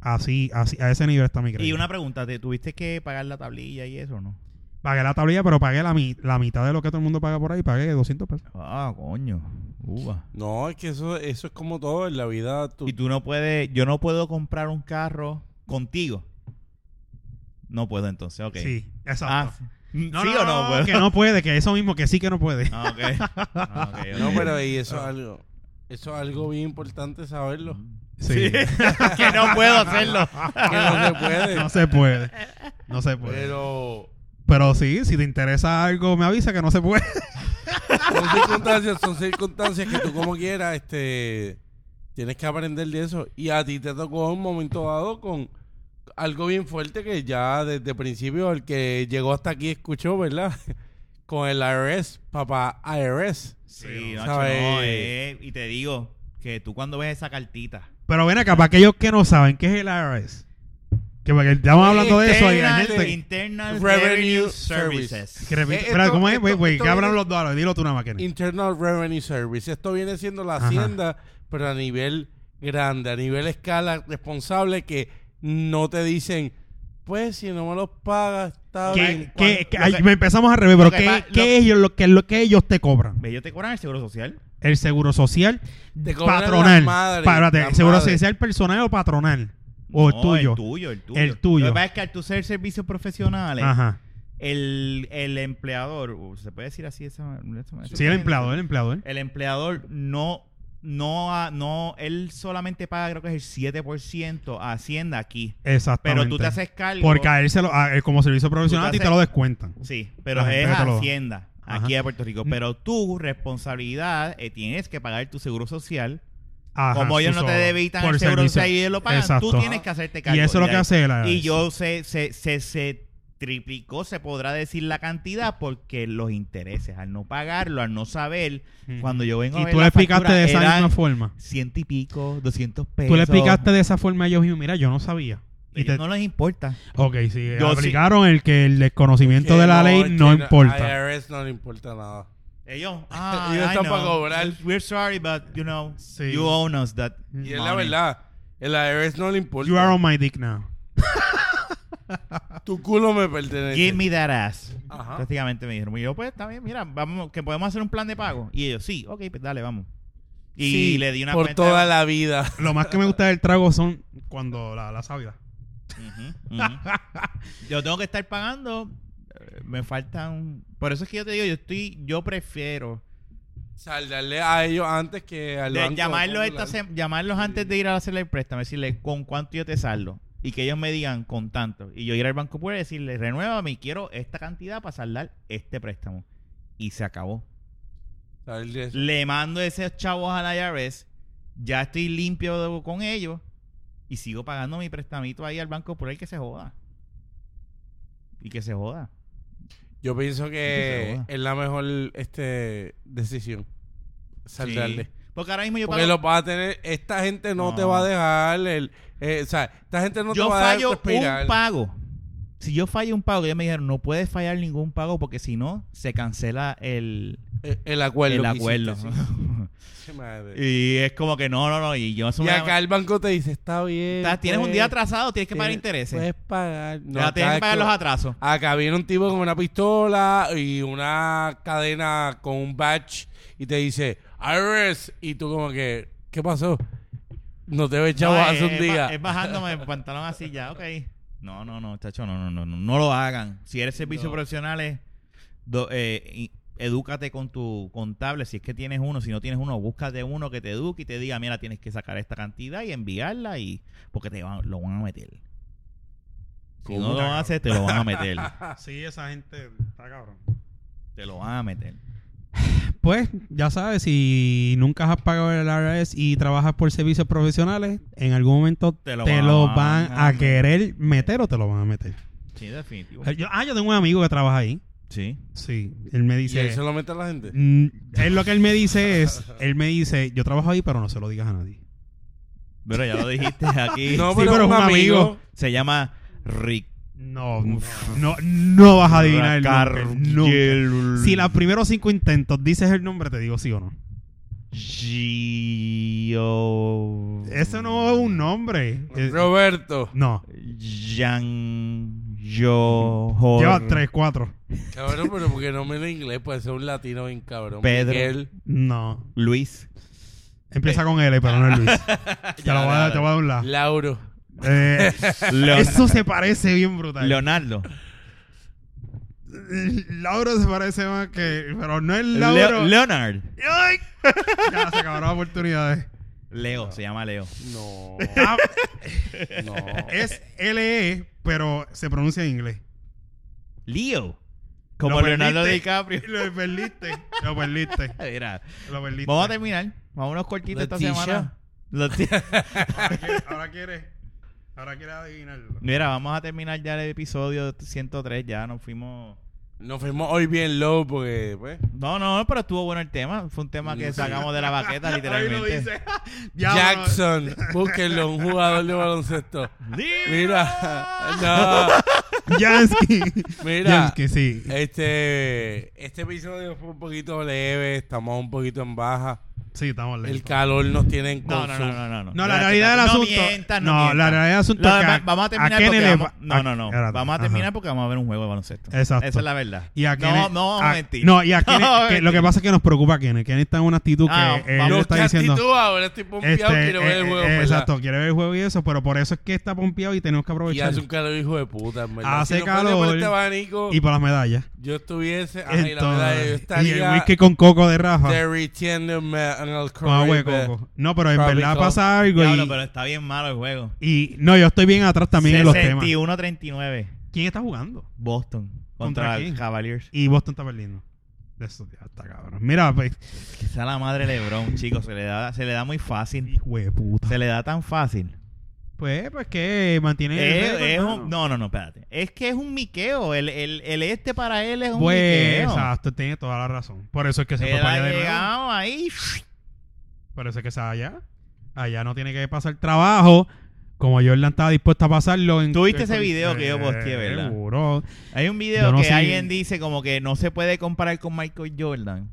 Así, así, a ese nivel está mi crédito. Y una pregunta, ¿te tuviste que pagar la tablilla y eso o no? Pagué la tablilla, pero pagué la, mi- la mitad de lo que todo el mundo paga por ahí. Pagué 200 pesos. Ah, coño. Uva. No, es que eso, eso es como todo en la vida. Tú, Y tú no puedes, yo no puedo comprar un carro contigo. No puedo entonces, ok. Sí, exacto. Ah, sí ¿Sí o no, Pues, puedo? Que no puede, que eso mismo, que sí que no puede. Ah, <laughs> ok. Ah, ok, ok. No, pero y eso es algo. Eso es algo bien <laughs> importante saberlo. <laughs> Sí. que no puedo hacerlo. Que no se puede. no se puede. No se puede. Pero, pero sí, si te interesa algo, me avisa que no se puede. <laughs> son circunstancias, son circunstancias que tú como quieras, este, tienes que aprender de eso. Y a ti te tocó un momento dado con algo bien fuerte que ya desde principio el que llegó hasta aquí escuchó, ¿verdad? <laughs> Con el IRS, papá IRS. Sí, Nacho, ¿Sabes? no, eh, y te digo que tú cuando ves esa cartita. Pero ven acá, para aquellos que no saben, ¿qué es el IRS? Que porque estamos hablando de eso. Y la Internal- gente. Internal Revenue Revenue Services. Services. que repite- Eh, espera, esto- ¿cómo es? esto- Güey, güey, esto ¿qué hablan viene- los dólares? Dilo tú nada más, Kenny. Internal Revenue Service. Esto viene siendo la Ajá. hacienda, pero a nivel grande, a nivel escala responsable que no te dicen, pues si no me los pagas, está ¿Qué- bien. Que- cuando- que- lo que- ay, me empezamos al revés, pero lo que ¿qué, pa- qué lo- ellos, lo, que es lo que ellos te cobran? Ellos te cobran el seguro social. El seguro social Te cobran patronal. las madres, Párate, las seguro madres. social personal o patronal. O No, el tuyo. El tuyo, el tuyo. El tuyo. Lo que pasa es que al tú ser servicios profesionales, Ajá. el, el empleador, o se puede decir así esa, esa- Sí, el empleador, el empleador. El empleador no, no, ha- no, él solamente paga creo que es el 7% a Hacienda aquí. Exactamente. Pero tú te haces cargo. Porque a él se lo- a él como servicio profesional a ti haces- te lo descuentan. Sí, pero Ajá, es pero te lo- Hacienda, Ajá. Mm. aquí de Puerto Rico. Pero tu responsabilidad eh, tienes que pagar tu seguro social. Ajá, Como ellos tú no te solo, debitan por el seguro servicio. social y ellos lo pagan, tú Exacto. tienes que hacerte cargo. Y eso es lo que ahí- hace él. Y yo se, se, se, se triplicó, se podrá decir la cantidad, porque los intereses, al no pagarlo, al no saber, Ujú. cuando yo vengo a Y ver tú la le explicaste factura, de esa eran misma forma. ciento y pico, 200 pesos. Tú le explicaste de esa forma a ellos y mira, yo no sabía. Y Ellos te, No les importa. ok, sí, Yo sí. aplicaron el que el desconocimiento Que de la ley es no que importa. IRS no le importa nada. <laughs> Ellos, ah, Ellos I están para know. cobrar. We're sorry, but you know, Sí. you own us that. Y es la money. verdad. El IRS no le importa. You are on my dick now. Tu culo me pertenece. Give me that ass. Ajá. Prácticamente me dijeron. Y yo, pues, está bien, mira, vamos, que podemos hacer un plan de pago. Y ellos, sí, ok, pues dale, vamos. Y Sí, le di una Por cuenta- toda la vida. Lo más que me gusta del trago son cuando la, la sábila. Ujú, ujú. <laughs> yo tengo que estar pagando. eh, Me faltan. Por eso es que yo te digo, yo estoy, yo prefiero Saldarle a ellos antes que al de banco llamarlos, esta popular. sem- llamarlos antes de ir a hacerle el préstamo, decirle con cuánto yo te saldo. Y que ellos me digan con tanto. Y yo ir al banco Popular y decirle, renuévame, quiero esta cantidad para saldar este préstamo. Y se acabó. Saldarle eso. Le mando esos chavos a la IRS. Ya estoy limpio de- con ellos. Y sigo pagando mi prestamito ahí al banco por el que se joda. Y que se joda. Yo pienso Sí, que seguro. es la mejor este, decisión. Saldarle. Sí. Porque ahora mismo yo Porque pago- lo vas a tener. Esta gente no, No. te va a dejar. El, eh, o sea, esta gente no yo te va a dejar fallo respirar. un pago. Si yo fallo un pago, ya me dijeron, no puedes fallar ningún pago porque si no, se cancela el, el, eh, el acuerdo. el Pues que acuerdo. hiciste, <laughs> sí. Sí, madre. y es como que no, no, no. Y yo eso Y me- acá el banco te dice: Está bien. Estás- tienes un pues, día atrasado, tienes que pagar tienes- intereses. Puedes pagar. O sea, tienes Pues, acá que es pagar como- los atrasos. Acá viene un tipo con una pistola y una cadena con un batch y te dice, IRS. Y tú como que, ¿qué pasó? No te ves chavo No, eh, hace es- un es ba- día. Es bajándome el pantalón así ya, ok. No, no, no, chacho, no, no, no, no, no lo hagan. Si eres servicios No. profesionales, do- eh, y- edúcate con tu contable. Si es que tienes uno, si no tienes uno, búscate uno que te eduque y te diga, mira, tienes que sacar esta cantidad y enviarla y porque te van- lo van a meter. Si ¿Cómo, no lo cabrón? haces, te lo van a meter. <laughs> Sí, esa gente está cabrón. te lo van a meter. Pues, ya sabes, si nunca has pagado el IRS y trabajas por servicios profesionales, en algún momento te Te lo, lo van, van a, a querer meter o te lo van a meter. Sí, definitivo. Yo- ah, yo tengo un amigo que trabaja ahí. Sí. Sí, él me y dice... ahí se lo mete a la gente. Mm, Él lo que él me dice es, él me dice, yo trabajo ahí, pero no se lo digas a nadie. Pero ya lo dijiste aquí. <laughs> No, sí, pero un amigo. Se llama Rick. No, no, no vas a adivinar el nombre. nunca. Cargill. Si los primeros cinco intentos dices el nombre, te digo sí o no. Gio. Eso no es un nombre. Eh, Roberto. no. Jan. Yo. Jor- Lleva tres, cuatro. Cabrón, pero porque no me en inglés, puede ser un latino bien cabrón. Pedro. Miguel. No. Luis. Empieza con L, pero no <laughs> es Luis. Te, lo voy a, te voy a dar un Ah. la. Lauro. Eh, Leon- eso se parece bien brutal. Leonardo. Lauro se parece más que... Pero no es Lauro. Leo- Leonard. ¡Ay! Ya se acabaron las oportunidades. Leo, se llama Leo. No. Ah, no. Es LE, pero se pronuncia en inglés. Leo. Como Lo Leonardo perdiste. DiCaprio. <laughs> Lo perdiste. Lo perdiste. Mira, Lo perdiste. vamos a terminar. Vamos a unos cortitos esta Leticia. semana. Leti- <laughs> Ahora quiere- Ahora quieres. Ahora quieres adivinarlo. Mira, vamos a terminar ya el episodio 103. Ya nos fuimos. Nos fuimos hoy bien low porque, pues. No, no, no, pero estuvo bueno el tema. Fue un tema que sacamos de la baqueta, <laughs> Ahí lo literalmente. dice. Ya, Jackson. <laughs> Búsquenlo, un jugador de baloncesto. Leo. <laughs> Mira. No. bueno. Jansky. Mira. Jansky, sí. Este, este episodio fue un poquito leve, estamos un poquito en baja. Sí, estamos lejos. El calor nos tiene en No, no, no, consumo. no, no. No, la realidad del asunto. No mientas, no, no, mientas. la realidad del asunto. Lo es que demás- vamos a terminar Kennedy porque le vamos, va- No, no, no. espérate, Vamos a ajá. terminar porque vamos a ver un juego de baloncesto. Exacto. Esa es la verdad. Y a no, Kennedy- no, a- vamos a mentir. <laughs> No, <laughs> y a Kennedy- vamos a que- lo que mentir. pasa es que nos preocupa a Kennedy. Kennedy está en una actitud que Ah, él vamos. lo Yo, está ¿qué diciendo. actitud ahora? Estoy pompeado, este, quiero ver el eh, juego. eh, ¿verdad? exacto, quiere ver el juego y eso, pero por eso es que está pompeado y tenemos que Y aprovechar. hace un calor hijo de puta, en verdad. Hace si no fuera por calor. este abanico, Y por las medallas. yo estuviese... Ay, la verdad, yo Entonces, y el estaría whisky con coco de Rafa. derritiéndome en el Con agua de Caribe. coco. No, pero en Tropical. verdad pasa algo. Diablo, y, pero está bien malo el juego. y- no, yo estoy bien atrás también en los temas. 61-39. ¿Quién está jugando? Boston ¿Contra contra, quién? el Cavaliers. Y Boston está perdiendo. De eso ya está cabrón. Mira, pues, Que sea la madre <laughs> LeBron, chicos. Se le da, se le da muy fácil. hijo de puta. Se le da tan <laughs> fácil. Pues, pues que mantiene. el Es- récord, Eh, es un- hermano. no, no, no, espérate. Es que es un miqueo. El, el, el este para él es un Pues, miqueo. exacto, tiene toda la razón. Por eso es que se fue Él para ha allá de nuevo. llegado ahí. Por eso es que se va allá. Allá no tiene que pasar trabajo. Como Jordan estaba dispuesto a pasarlo. En, Tú viste en- ese video que yo posteé, Eh, ¿verdad? Seguro. Hay un video Yo no que sé. alguien dice como que no se puede comparar con Michael Jordan.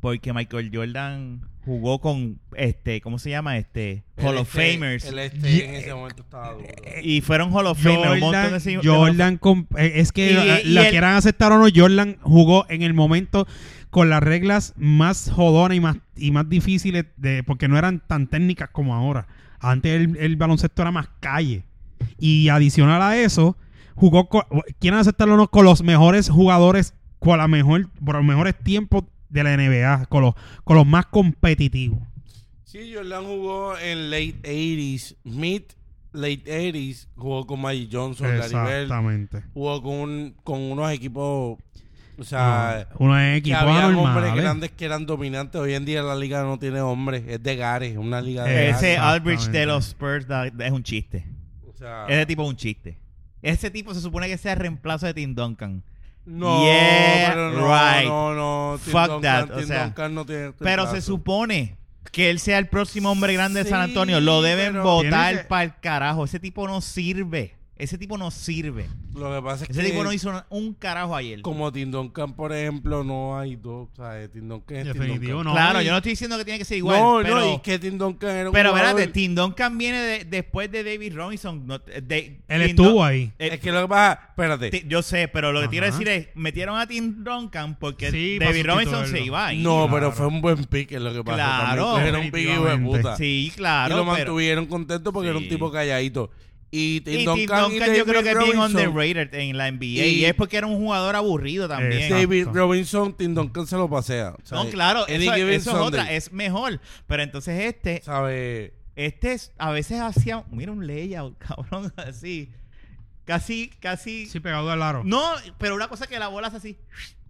Porque Michael Jordan jugó con este, ¿cómo se llama? Este, El Hall of este- Famers. El este Yeah. en ese momento estaba duro. y fueron Hall of Famers. un montón de Jordan, se- de Jordan con- eh, es que Y- la- y la el- quieran aceptar o no, Jordan jugó en el momento con las reglas más jodonas y más, y más difíciles, de, porque no eran tan técnicas como ahora. Antes el, el baloncesto era más calle. Y adicional a eso, jugó con, quieren aceptarlo o no con los mejores jugadores, con la mejor, por los mejores tiempos de la NBA, con los, con los más competitivos. Sí, Jordan jugó en late 80s, mid late 80s, jugó con Magic Johnson, Larry Bird, Exactamente. jugó con un- con unos equipos, o sea, Uno es que equipo había hombres anormal. grandes que eran dominantes. Hoy en día la liga no tiene hombres, es de gares, una liga de Ese gares. Aldridge Exactamente. de los Spurs da- da- es un chiste. O sea, Ese tipo es un chiste. Ese tipo se supone que sea el reemplazo de Tim Duncan. no, Yeah, pero no, right. no, no, Tim Fuck Duncan, that, Tim o sea, Duncan no tiene este Pero se brazo. supone que él sea el próximo hombre grande de San Sí, Antonio. Lo deben pero- Tiene votar que- para el carajo. Ese tipo no sirve. Ese tipo no sirve. Lo que pasa es Ese que tipo no hizo un carajo ayer. Eh, como Tim Duncan, por ejemplo, no hay dos, o sea, Tim Duncan es Tim Definitivo, Duncan. no. claro, y- yo no estoy diciendo que tiene que ser igual. no, pero, no, y que Tim Duncan era un pero jugador- espérate, Tim Duncan viene de- después de David Robinson. no- eh, de- Él Tim estuvo Dun- ahí. eh, Es que lo que pasa, espérate, Ti- Yo sé, pero lo que quiero Ajá. decir es, metieron a Tim Duncan porque Sí, para David Robinson se sustituirlo. iba ahí. no, claro. pero fue un buen pick, es lo que pasa. Claro. También cogieron un pick hijo de Definitivamente. puta. Sí, y claro. lo pero- mantuvieron contento porque era un Sí. tipo calladito. Y Tim y Tim Duncan, Duncan y yo creo David que es bien Robinson- underrated en la NBA. Y, Y- es porque era un jugador aburrido también. Exacto. David Robinson, Tim Duncan se lo pasea. No, ¿sabes? claro, Any eso, given eso es Sunday, otra, es mejor. Pero entonces este, ¿sabes? este es- a veces hacía, mira un layout, <laughs> cabrón, así. Casi, casi. Sí, pegado al aro. No, pero una cosa que la bola es así.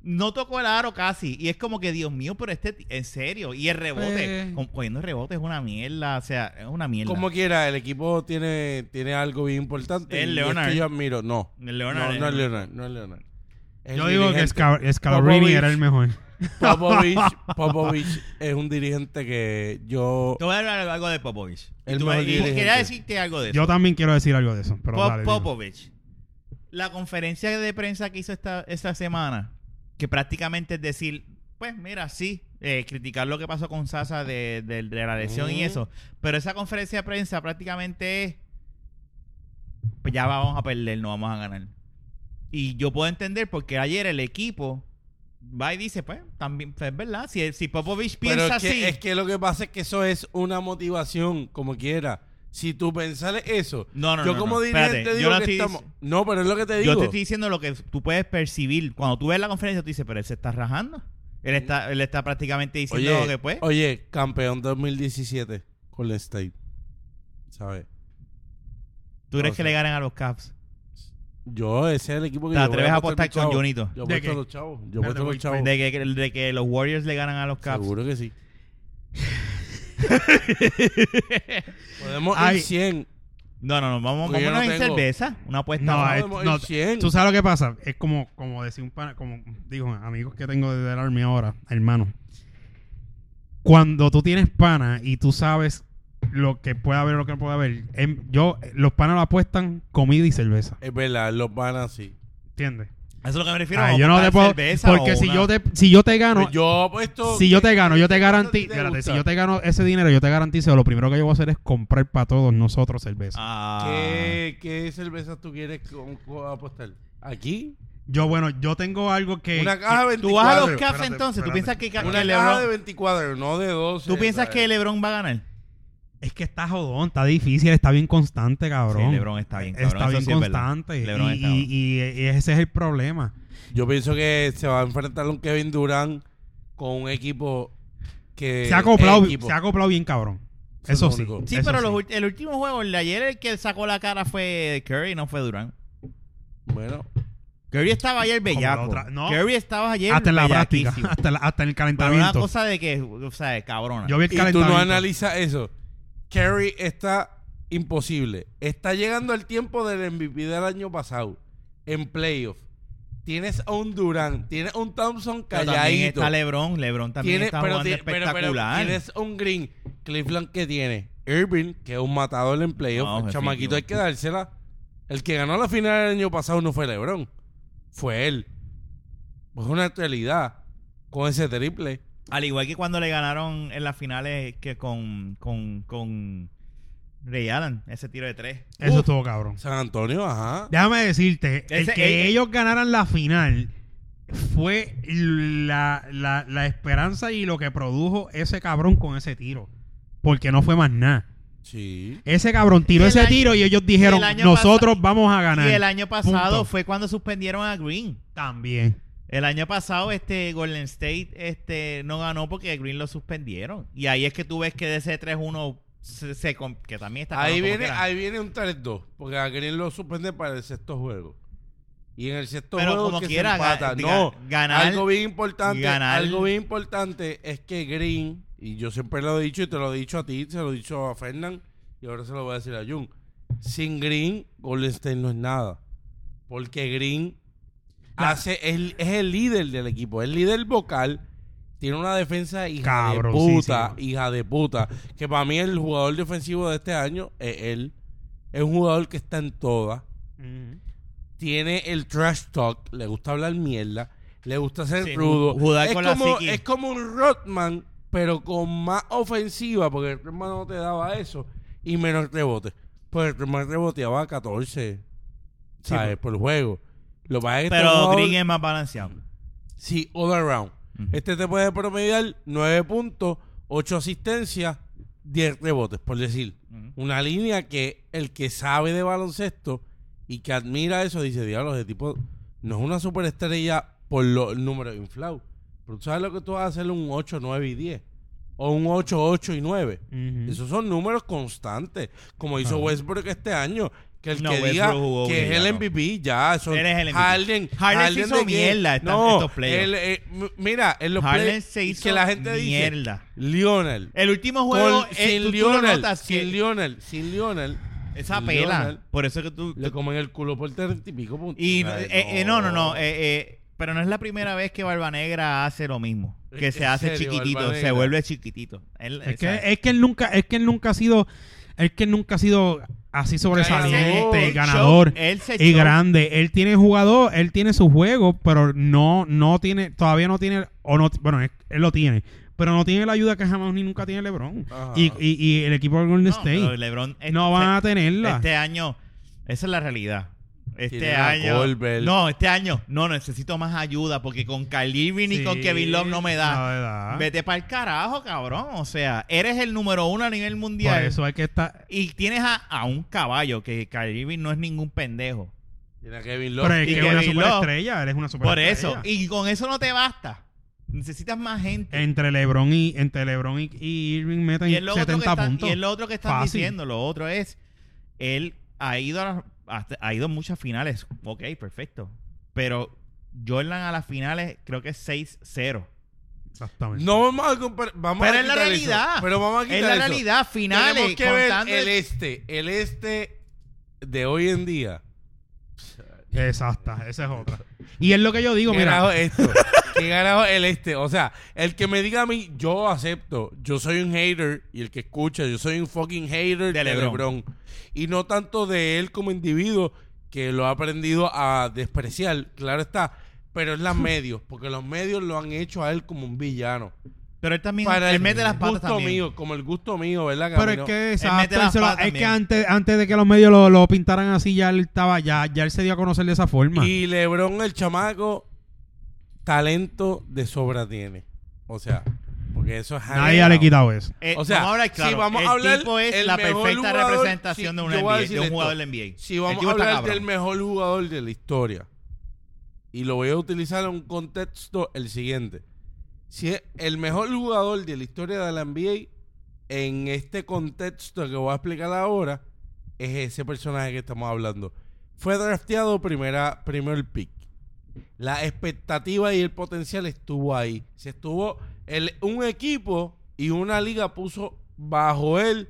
No tocó el aro casi. Y es como que, Dios mío, pero este, ti- en serio. Y el rebote, Eh. con- cogiendo el rebote es una mierda. O sea, es una mierda. Como quiera, el equipo tiene, tiene algo bien importante. Es y Leonard. que yo admiro. No. El Leonard no, no es Leonard. No es Leonard. Es Yo el digo que dirigente. Sca- Scalabrini Popovich. era el mejor. Popovich, Popovich es un dirigente que yo. Te voy a hablar algo de Popovich. El Y tú- mejor y dirigente. quería decirte algo de eso. Yo también quiero decir algo de eso. Pero Pop- dale, dime. Popovich. La conferencia de prensa que hizo esta, esta semana, que prácticamente es decir, pues mira, sí, eh, criticar lo que pasó con Sasa de, de- de la lesión y Mm. eso, pero esa conferencia de prensa prácticamente es, pues ya vamos a perder, no vamos a ganar. Y yo puedo entender porque ayer el equipo va y dice, pues también, pues, es verdad, si, si Popovich Pero piensa es así, que, es que lo que pasa es que eso es una motivación, como quiera. Si tú pensares eso, No, no, yo no, como no. dirigente Espérate, yo digo no que estoy estamos. dic- No, pero es lo que te Yo digo. te estoy diciendo lo que tú puedes percibir. Cuando tú ves la conferencia, tú dices, pero él se está rajando. Él está, él está prácticamente diciendo oye, que pues. oye, campeón 2017 con el State. ¿Sabes? ¿Tú crees o que sea, le ganan a los Caps? Yo, ese es el equipo que ¿Te yo voy atreves a apostar mis con chavos. Junito? Yo ¿De apuesto a qué? los chavos. Yo Espérate, apuesto a voy- los chavos. De que, de que los Warriors le ganan a los Caps. Seguro que sí. Podemos Ay. ir 100. <laughs> No, no, no. Vamos, Porque yo vámonos no en tengo- cerveza. Una apuesta. No, eh, No, es- Podemos no, ir 100. Tú sabes lo que pasa. Es como, como decir un pana, como digo, amigos que tengo desde el Army ahora, hermano. Cuando tú tienes pana y tú sabes lo que puede haber, lo que no puede haber, em, yo, los panas lo apuestan comida y cerveza. Es verdad, los van así. ¿Entiendes? es lo que me refiero. Ah, o yo no una te puedo. cerveza Porque o si una- yo te, si yo te gano, Pero Pues yo puesto. si yo te gano, yo te garantizo. Espérate, si yo te gano ese dinero, yo te garantizo. Lo primero que yo voy a hacer es comprar para todos nosotros cerveza. Ah. ¿Qué, ¿Qué cervezas tú quieres con- con- apostar? ¿Aquí? Yo, bueno, yo tengo algo que. Una caja de 24. Tú vas a los espérate, cafés entonces. ¿Tú espérate. piensas que, que Una caja de eh. LeBron, 24, no de 12. ¿tú piensas ¿sabes? que LeBron va a ganar? Es que está jodón, está difícil, está bien constante, cabrón. Sí, LeBron está bien, cabrón, Está eso bien sí es verdad. constante. Y, LeBron está- y- y- y ese es el problema. Yo pienso que se va a enfrentar un Kevin Durant con un equipo Eh, que. se, ha acoplado, el equipo. se ha acoplado bien, cabrón. Eso es Eso lo sí. único. Sí, eso pero sí. los ult- el último juego, el de ayer, el que sacó la cara fue Curry, no fue Durant. Bueno, Curry estaba ayer la bellaco. otra- no. Curry estaba ayer Hasta en la práctica, <laughs> bellaquísimo. hasta, la- hasta en el Pero una calentamiento. cosa de que, o sea, cabrona. Yo vi el y tú no calentamiento. analizas eso. Kerry está imposible. Está llegando el tiempo del MVP del año pasado en playoff. Tienes a un Durant, tienes a un Thompson Pero también calladito. está LeBron, LeBron también Tienes- está pero jugando ti- pero- pero espectacular. tienes un Green Cleveland que tiene Irving, que es un matador en playoff. No, el definitivo. chamaquito hay que dársela. El que ganó la final el año pasado no fue LeBron, fue él. Pues una realidad con ese triple. Al igual que cuando le ganaron en las finales que con, con, con Ray Allen, ese tiro de tres. Eso Uf. estuvo, cabrón. San Antonio, ajá. Déjame decirte, el Ese- que el- ellos ganaran la final fue la, la- la esperanza y lo que produjo ese cabrón con ese tiro. Porque no fue más nada. Sí. Ese cabrón Y tiró el ese año- tiro y ellos dijeron, y el año nosotros pasa- vamos a ganar. Y el año pasado Punto. fue cuando suspendieron a Green. También. El año pasado este Golden State este no ganó porque Green lo suspendieron. Y ahí es que tú ves que de ese 3-1 se, se com- que también está cabrón Ahí como viene, quiera. ahí viene un 3-2, porque a Green lo suspende para el sexto juego. Y en el sexto Pero juego como eh, que quiera, se empata. ga- no, ganar- algo bien importante, ganar- algo bien importante es que Green, y yo siempre lo he dicho y te lo he dicho a ti, se lo he dicho a Fernán y ahora se lo voy a decir a Jun. Sin Green, Golden State no es nada. Porque Green Ah. hace, es, es el líder del equipo, es el líder vocal. Tiene una defensa hija de puta, Cabroncísima. hija de puta. Que para mí el jugador defensivo de este año es él. Es un jugador que está en todas. Tiene el trash talk, le gusta hablar mierda, le gusta ser Sí, rudo. jugar es, con la como, psiqui. es como un Rodman, pero con más ofensiva, porque el Rodman no te daba eso. Y menos rebote. Pues el Rodman reboteaba a 14, ¿sabes? por juego. Lo que pasa es que pues. este Pero jugador- Green es más balanceado. Sí, all around. Ujú. Este te puede promediar 9 puntos, 8 asistencias, 10 rebotes, por decir. Ujú. Una línea que el que sabe de baloncesto y que admira eso dice, diablo, ese tipo no es una superestrella por los números inflados. Pero tú sabes lo que tú vas a hacer un 8, 9 y 10. O un 8, 8 y 9. Ujú. Esos son números constantes. Como hizo Westbrook este año. Que el No, que Westbrook diga jugó que es bien, el ¿no? MVP, ya. Son Él es el MVP. Harden, Harden se hizo de que- mierda esta- no, estos playoffs. él, eh, m- mira, en los Harden playoffs se hizo que la gente dice, mierda. Lionel. El último juego con- es, tú- sin, tú lo Lionel, notas que sin Lionel, sin Lionel, esa sin pela. Lionel, por eso que tú, le comen el culo por treinta y pico puntos. Y O sea, eh, eh, no, no, no. eh, eh, pero no es la primera vez que Barba Negra hace lo mismo. Que ¿En se hace serio, Barba chiquitito, se Negra? vuelve chiquitito. Él, Es o sea, que, es que él nunca, es que él nunca ha sido, es que él nunca ha sido así sobresaliente, él ganador show- él se y show- grande. Él tiene jugador, él tiene su juego, pero no, no tiene, todavía no tiene, o no, bueno, él, él lo tiene, pero no tiene la ayuda que jamás ni nunca tiene LeBron Ajá. y, y, y el equipo de Golden No, pero State. LeBron, este- no van a tenerla. Este año, esa es la realidad. Este Tiene a año. Goldberg. No, este año. No, necesito más ayuda porque con Kyrie Irving y con Sí, Kevin Love no me da. no me da. Vete para el carajo, cabrón. O sea, eres el número uno a nivel Por mundial. eso hay que estar. Y tienes a, a un caballo que Kyrie Irving no es ningún pendejo. Tiene a Kevin Love. Pero es y que es una Kevin Love. superestrella, él es una Por superestrella. eso. Y con eso no te basta. Necesitas más gente. entre LeBron y entre LeBron y, y Irving meten y es lo 70 otro que están, puntos. y es lo otro que están Fácil. diciendo. Lo otro es, él ha ido a, las- hasta- ha ido a muchas finales. Ok, perfecto. Pero Jordan a las finales creo que es 6-0. Exactamente. No vamos a comparar. Vamos Pero a es la quitar realidad. eso. Pero vamos a quitar Es la eso. realidad. Finales. Tenemos que ver contando el el- este. El este de hoy en día. Exacta, esa es otra. Y es lo que yo digo, ¿Qué mira, carajo es esto? <laughs> ¿Qué carajo es el este? O sea, el que me diga a mí, yo acepto. Yo soy un hater. Y el que escucha, yo soy un fucking hater De de, LeBron. LeBron. Y no tanto de él como individuo, que lo ha aprendido a despreciar, claro está, pero es los medios, porque los medios lo han hecho a él como un villano. Pero él también Para él el mete las patas gusto también. mío, como el gusto mío, ¿verdad? Pero es Camilo? que, mete exacto, las él se lo- patas es que también. antes, antes de que los medios lo, lo pintaran así, ya él estaba, ya, ya él se dio a conocer de esa forma. Y Lebron, el chamaco, talento de sobra tiene. O sea, porque eso es... Nadie le ha quitado eso. Eh, O sea, vamos a hablar claro. si vamos a el hablar tipo es el la mejor perfecta jugador, representación sí, de, un yo voy a NBA, de decir un esto. jugador del NBA. Si El vamos tipo a está hablar cabrón. del mejor jugador de la historia, y lo voy a utilizar en un contexto el siguiente. Si es el mejor jugador de la historia de la NBA, en este contexto que voy a explicar ahora, es ese personaje que estamos hablando. Fue drafteado primera, primer pick. La expectativa y el potencial estuvo ahí. Se estuvo el, un equipo y una liga puso bajo él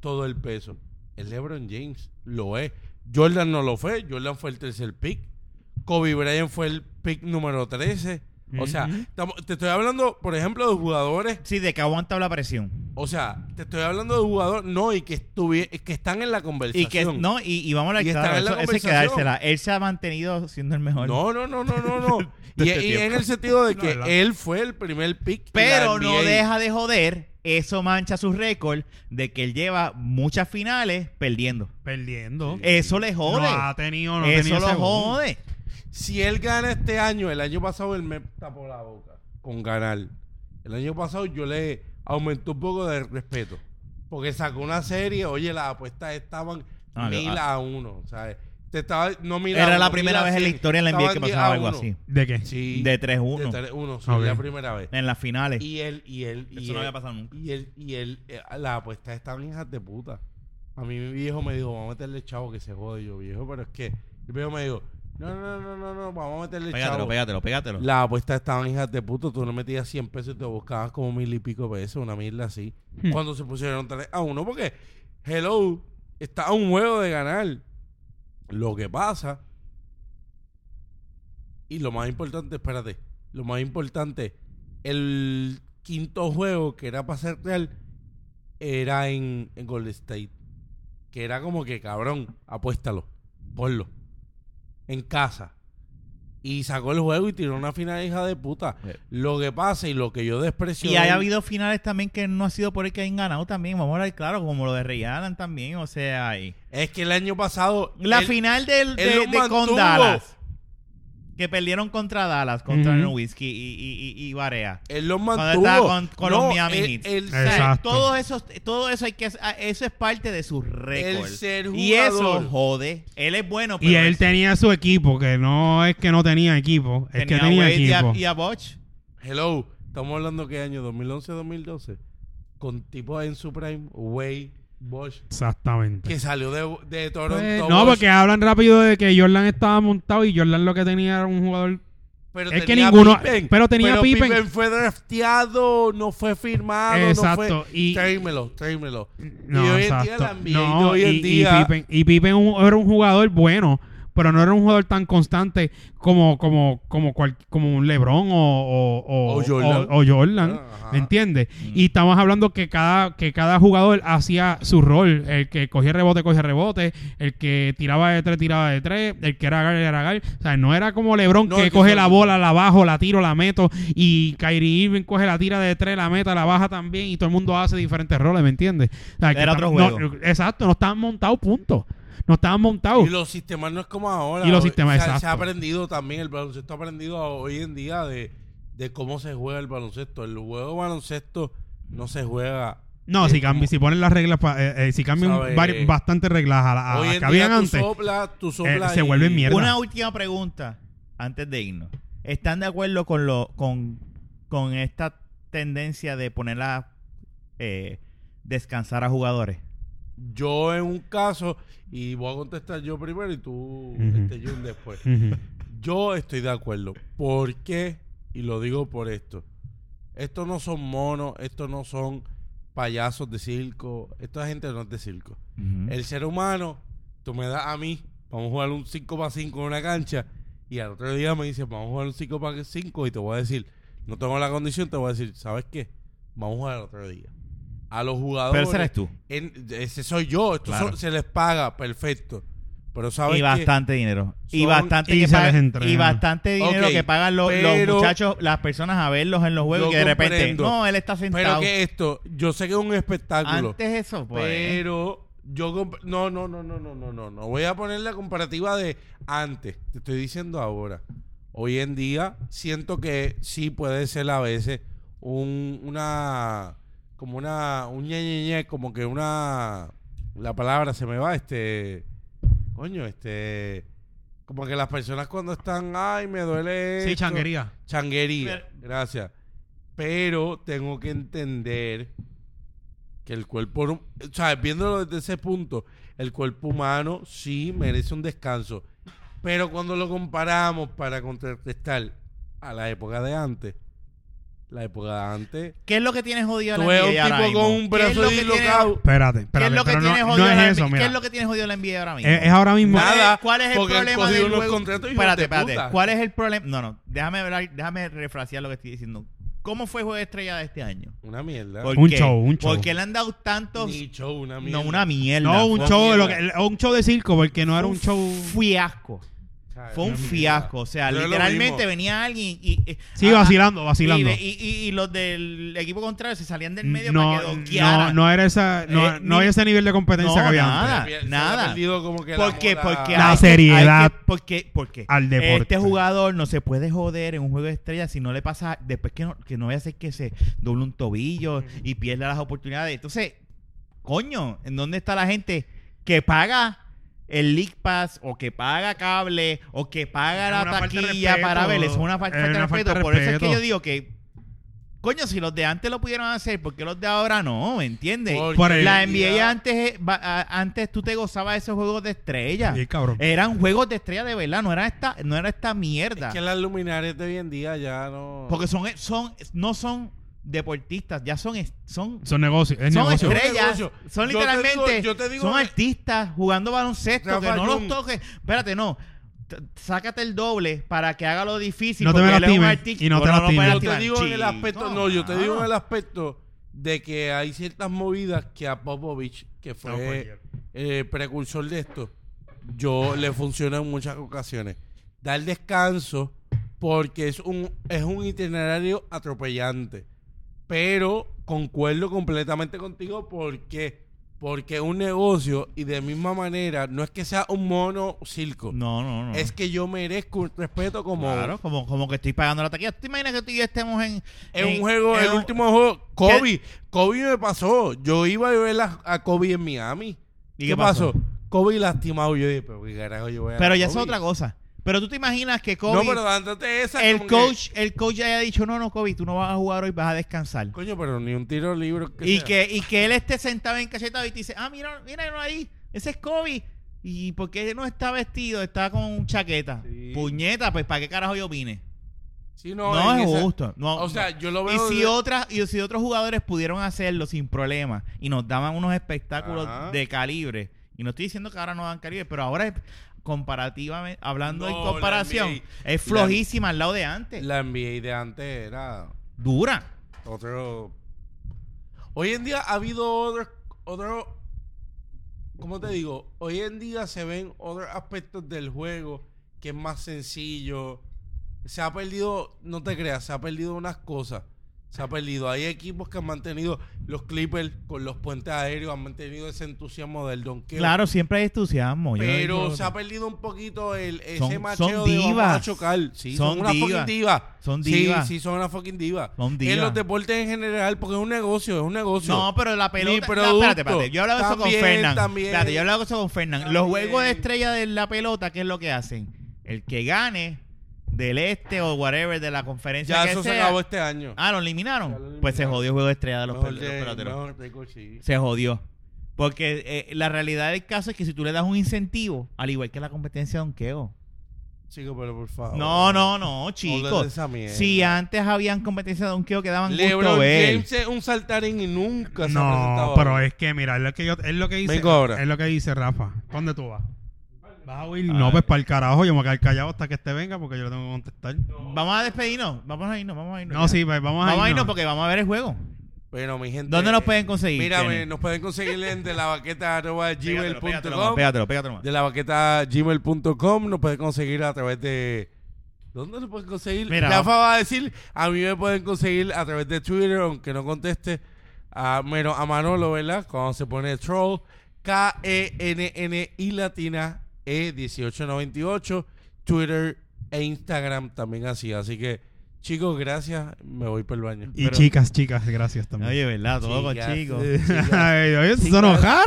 todo el peso. El LeBron James lo es. Jordan no lo fue. Jordan fue el tercer pick. Kobe Bryant fue el pick número 13. O sea, Ujú. estamos- te estoy hablando, por ejemplo, de jugadores Sí, de que aguanta la presión. o sea, te estoy hablando de jugadores, no, y que estuvie, que están en la Y que conversación. no, y, y vamos a hablar Y está claro, en la eso, eso hay que conversación. dársela. Él se ha mantenido siendo el mejor. no, no, no, no, no, <laughs> no. y, este y tiempo. en el sentido <laughs> de No, que ¿verdad? él fue el primer pick. Pero en la no NBA. deja de joder. Eso mancha su récord de que él lleva muchas finales perdiendo. Perdiendo. Eso le jode. No ha tenido, no ha eso tenido lo ese boom. jode. Si él gana este año, el año pasado él me tapó la boca con ganar. El año pasado yo le aumenté un poco de respeto. Porque sacó una serie, oye, las apuestas estaban Ah, mil ah. a uno. ¿sabes? Te estaba, no mil a Era uno, la mil primera a vez en la cien. historia en la NBA que Estaban diez pasaba a algo uno. así. ¿De qué? Sí. De De 3-1 tres, uno, sí, Ok. la primera vez. en las finales. Y él, y él, y Eso no él- había pasado nunca. Y él, y él, eh, las apuestas estaban hijas de puta. A mí mi viejo me dijo, vamos a meterle chavo que se jode yo, viejo, pero es que. El viejo me dijo, no, no, no, no, no, vamos a meterle Pégatelo, chavo. pégatelo, pégatelo. Las apuestas estaban hijas de puta, tú no metías 100 pesos y te buscabas como mil y pico pesos, una mierda así. Hmm. Cuando se pusieron 3 a uno porque, hello, está a un juego de ganar. Lo que pasa. Y lo más importante, espérate. Lo más importante, el quinto juego que era para ser real era en, en Golden State. Que era como que, cabrón, apuéstalo, ponlo. En casa. Y sacó el juego y tiró una final hija de puta. Sí. Lo que pasa y lo que yo desprecio. Y de hay él- habido finales también que no ha sido por el que hayan ganado también. Vamos a hablar claro, como lo de Ray Allen también. O sea, ahí. Es que el año pasado. La él- final del, él de, lo de con mantuvo. Dallas. Que perdieron contra Dallas, contra Ujú. Nowitzki y, y, y, y Barea. Él los Cuando mantuvo. estaba con- con los No, Miami él- Heat. él- O sea, Exacto. todo eso, todo eso hay que ah, eso es parte de su récord. El ser Y eso jugador. jode. Él es bueno, pero Y él es- tenía su equipo, que no es que no tenía equipo, es que a tenía Wade y a- equipo. y a Boch. Hello, estamos hablando que año 2011-2012 con tipos en su prime, Way, Bosch, Exactamente. que salió de, de Toronto. Pues, Eh, no, Bosch, porque hablan rápido de que Jordan estaba montado y Jordan lo que tenía era un jugador. pero es que tenía ninguno- pero tenía Pippen. fue drafteado, no fue firmado, no Exacto, fue. y- tráemelo, tráemelo. No, y hoy en día exacto. la NBA de no, hoy en y, y día. Pippen, y Pippen un- era un jugador bueno, pero no era un jugador tan constante como como como cual- como un LeBron o, o, o- O Jordan. Ah, o- o Jordan, Ajá. Mm. ¿me entiendes? Y estamos hablando que cada que cada jugador hacía su rol, el que cogía rebote cogía rebote, el que tiraba de tres tiraba de tres, el que era gal era gal, o sea, no era como LeBron No, que es que coge son- la bola, la bajo, la tiro, la meto y Kyrie Irving coge la tira de tres, la meta, la baja también y todo el mundo hace diferentes roles, ¿me entiendes? O sea, que Era otro estamos- juego. no, exacto, no estaban montados, punto. No estaban montados. Y los sistemas no es como ahora. Oh. Y los Hoy- sistemas, o sea, Se ha exacto. aprendido también, el baloncesto ha aprendido hoy en día de, de cómo se juega el baloncesto. El juego de baloncesto no se juega. No, es si, como- cambi- si ponen las reglas, pa- eh, eh, si cambian ¿Sabe? vari- bastantes reglas a, la- a- hoy a en que Ah, habían día tú antes. Eh, soplas, tú soplas se y- vuelve mierda. Una última pregunta antes de irnos. ¿Están de acuerdo con lo con, con esta tendencia de ponerla eh, descansar a jugadores? Yo en un caso, y voy a contestar yo primero y tú, Ujú. este, Jun, después. Ujú. Yo estoy de acuerdo. ¿Por qué? Y lo digo por esto. Estos no son monos, estos no son payasos de circo. Esta gente no es de circo. El ser humano, tú me das a mí, vamos a jugar un 5 para 5 en una cancha, y al otro día me dices, vamos a jugar un 5 para 5, y te voy a decir, no tengo la condición, te voy a decir, ¿sabes qué? Vamos a jugar al otro día. A los jugadores. Pero ese eres tú. en- ese soy yo, esto Claro. son- se les paga, perfecto. Pero sabes y que- bastante dinero. Y son- bastante, y que se pagan- les entrena. y bastante dinero Ok, que pagan los, los pero- muchachos, las personas a verlos en los juegos Yo y que de repente, comprendo. no, él está pero sentado. que esto, yo sé que es un espectáculo. Antes eso, pues. Pero yo comp- no, no, no, no, no, no, no, no. Voy a poner la comparativa de antes. Te estoy diciendo ahora. Hoy en día siento que sí puede ser a veces un, una como una un ñe, ñe, ñe, como que una la palabra se me va este coño, este como que las personas cuando están, ay, me duele Sí, esto". changuería. Changuería. Pero- Gracias. Pero tengo que entender que el cuerpo, o sea, viéndolo desde ese punto, el cuerpo humano sí merece un descanso. Pero cuando lo comparamos para contrarrestar a la época de antes, la época de antes, ¿Qué es lo que tienes jodido tú en la ves NBA a un ahora tipo mismo? con un ¿Qué es brazo lo que tiene- dislocado. Espérate, ¿Qué espérate. es lo que pero tienes no, jodido no en la es eso, NBA? ¿Qué mira. es lo que tienes jodido en la NBA ahora mismo? Es, es ahora mismo. ¿Cuál es- Nada, ¿Cuál es el porque han problema cogido del unos juego? contratos, hijos espérate, de espérate. puta. ¿Cuál es el problema? No, no. Déjame hablar, déjame refrasear lo que estoy diciendo. ¿Cómo fue Juego de Estrella de este año? Una mierda. ¿Por Un qué? show, un show. Porque le han dado tantos... Ni show, una mierda. No, una mierda. No, un Fue show, lo mierda. que- un show de circo, porque no era un show. Fiasco. Ay, Fue un una mierda. fiasco. O sea, Pero es lo literalmente mismo. venía alguien y. y- Sí, ah, vacilando, Y, vacilando. y- y- y los del equipo contrario se salían del medio No, para que doqueara. no, no era esa, no, Eh, no ni- era ese nivel de competencia No, que había nada. antes. Se le ha nada. perdido como que la ¿Por qué? moda- Porque La hay que- seriedad hay que- porque, porque al deporte. este jugador no se puede joder en un juego de estrellas si no le pasa. Después que no, que no vaya a ser que se doble un tobillo y pierda las oportunidades. Entonces, coño, ¿en dónde está la gente que paga el League Pass o que paga cable o que paga Es la una falta de taquilla respeto. para ver? Es una fal- Es falta, de una falta respeto. de Por eso es que respeto. yo digo que. Coño, si los de antes lo pudieron hacer, ¿por qué los de ahora no? ¿Me entiendes? Porque Por el- La hoy en día- NBA antes, eh, va- a- antes tú te gozabas de esos juegos de estrellas. Sí, cabrón. Eran juegos de estrellas de verdad, no era esta, no era esta mierda. Es que las luminarias de hoy en día ya no. Porque son, eh, son, no son deportistas, ya son, es- son, Son negocios, es son negocio. estrellas. estrellas, Negocio. son Yo te literalmente, digo- yo te digo- son artistas jugando baloncesto, Rafa que no los Jung. toques. Espérate, no. T- Sácate el doble para que haga lo difícil. No te porque me él es un lastimes artista. y no te Bueno, puede lastimes. yo te lastimar. digo en el Chico, aspecto. No, yo te digo en mano. el aspecto de que hay ciertas movidas que a Popovich, que fue No, cualquier. eh, precursor de esto, yo le funciona en muchas ocasiones. Dar descanso porque es un, es un itinerario atropellante. Pero concuerdo completamente contigo porque porque es un negocio y de misma manera no es que sea un mono circo. No, no, no. Es que yo merezco un respeto como, Claro, como, como que estoy pagando la taquilla. ¿Tú te imaginas que tú y yo estemos en. en- Es un juego, en el un- último juego. Kobe, Kobe me pasó. Yo iba a ver a, a Kobe en Miami. ¿Y qué pasó? Kobe lastimado. Yo dije, pero qué carajo yo voy a ver Pero a ya es Kobe? otra cosa. Pero tú te imaginas que Kobe. No, pero dándote esa. el como coach, el coach haya dicho, no, no, Kobe, tú no vas a jugar hoy, vas a descansar. que, coño, pero ni un tiro libre. y, sea. que, y que él esté sentado en cachetado y te dice, ah, mira, míralo ahí, ese es Kobe. ¿Y por qué no está vestido? Está con chaqueta. Sí. Puñeta, pues ¿para qué carajo yo vine? Sí, No, en es esa- justo. No, o sea, no. yo lo y veo. si, de- otras, y si otros jugadores pudieron hacerlo sin problema y nos daban unos espectáculos Ajá. de calibre, y no estoy diciendo que ahora no dan calibre, pero ahora es comparativamente, hablando No, en la comparación, NBA es flojísima al lado de antes. La NBA de antes era Dura. otro. Hoy en día ha habido otros. Otro, ¿Cómo te digo? Hoy en día se ven otros aspectos del juego que es más sencillo. Se ha perdido, no te creas, se ha perdido unas cosas. Se ha perdido. Hay equipos que han mantenido los Clippers con los puentes aéreos, han mantenido ese entusiasmo del donkeo. Claro, siempre hay entusiasmo. Pues yo no Pero digo- se ha perdido un poquito el, ese Son- son macheo de vamos a divas. chocar. Sí, son, Son una fucking divas. diva. Son divas. Sí, sí, son una fucking diva. Son En divas. los deportes en general, porque es un negocio, es un negocio. No, pero la pelota. Mi no, producto. espérate, espérate. Yo he hablado de eso con También, Fernán. también. Espérate, yo he hablado de eso con Fernán. Los También. juegos de estrella de la pelota, ¿qué es lo que hacen? El que gane del este o whatever de la conferencia. ya que eso se sea- acabó este año. Ah, ¿lo eliminaron? Ya lo Pues se eliminaron. jodió el juego de estrella de los Mejor pel- los de- peloteros. mejor de Cochí. Se jodió. Porque eh, la realidad del caso es que si tú le das un incentivo, al igual que la competencia de donkeo. Chico, pero por favor. No, no, no, hablen de chicos. Ah, esa mierda. Si antes habían competencia de donkeo que daban LeBron gusto ver. James es un saltarín y nunca se ha No, presentado. pero es que mira, es lo que yo, es lo que dice, Vengo ahora. es lo que dice Rafa. ¿Dónde tú vas? ¿Vas a huir? Ah. No, pues para el carajo, yo me voy a quedar callado hasta que este venga porque yo le tengo que contestar. Vamos a despedirnos, vamos a irnos, vamos a irnos. No, ya. sí, pues, vamos a Vamos a irnos irnos. porque vamos a ver el juego. Pero mi gente. ¿Dónde nos pueden conseguir? Mírame, Kenny? nos pueden conseguir en de la baqueta Pégatelo, pégatelo más, pégatelo, pégatelo más. De la baqueta gmail.com nos pueden conseguir a través de. ¿Dónde nos pueden conseguir? Mira. Rafa va a decir, a mí me pueden conseguir a través de Twitter, aunque no conteste, a, menos a Manolo, ¿verdad? Cuando se pone troll, E K-E-N-N-I latina E E1898, Twitter e Instagram también así. Así que, chicos, gracias. Me voy por el baño. Y Pero- chicas, chicas, gracias también. <laughs> Oye, ¿verdad? Todo con <laughs> Chicas, chicos. <laughs> eh, chicas. Ay, oye, se Chicas. enojaron.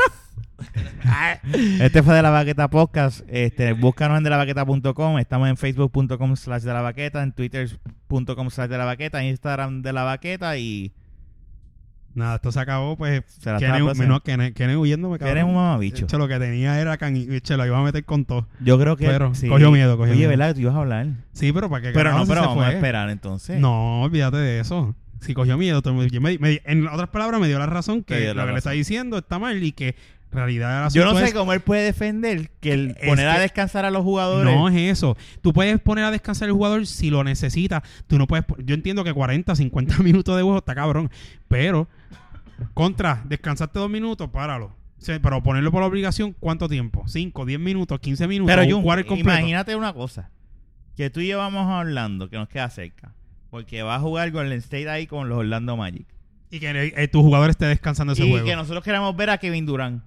Este fue de la Baqueta Podcast. Este, búscanos en de la baqueta.com. Estamos en facebook.com slash de la baqueta, en twitter.com slash de la baqueta, en Instagram de la baqueta y Nada, esto se acabó, pues. se la Kenny, está no, Kenny- Kenny huyendo me Eres un mamabicho. Eche, lo que tenía era can y lo iba a meter con todo. Yo creo que. Pero, cogió miedo, cogió Oye, miedo. ¿verdad? Tú ibas a hablar. Sí, pero para que Pero no, carajo, si pero se vamos a fue. esperar entonces. No, olvídate de eso. Si cogió miedo, todo el mundo- yo me- me- en otras palabras me dio la razón Te que dio lo la que le está razón. diciendo está mal y que en realidad el Yo no asunto sé es- cómo él puede defender que el Es poner a que- descansar a los jugadores. No es eso. Tú puedes poner a descansar el jugador si lo necesita. Tú no puedes. po- Yo entiendo que 40, 50 <laughs> minutos de juego está cabrón. Pero, contra, descansaste dos minutos, páralo. Sí, pero ponerlo por obligación, ¿cuánto tiempo? ¿5, 10 minutos, 15 minutos? Pero un Jun, quarter completo? imagínate una cosa. Que tú y yo vamos a Orlando, que nos queda cerca. Porque va a jugar Golden State ahí con los Orlando Magic. Y que eh, tu jugador esté descansando ese y juego. que nosotros queramos ver a Kevin Durant.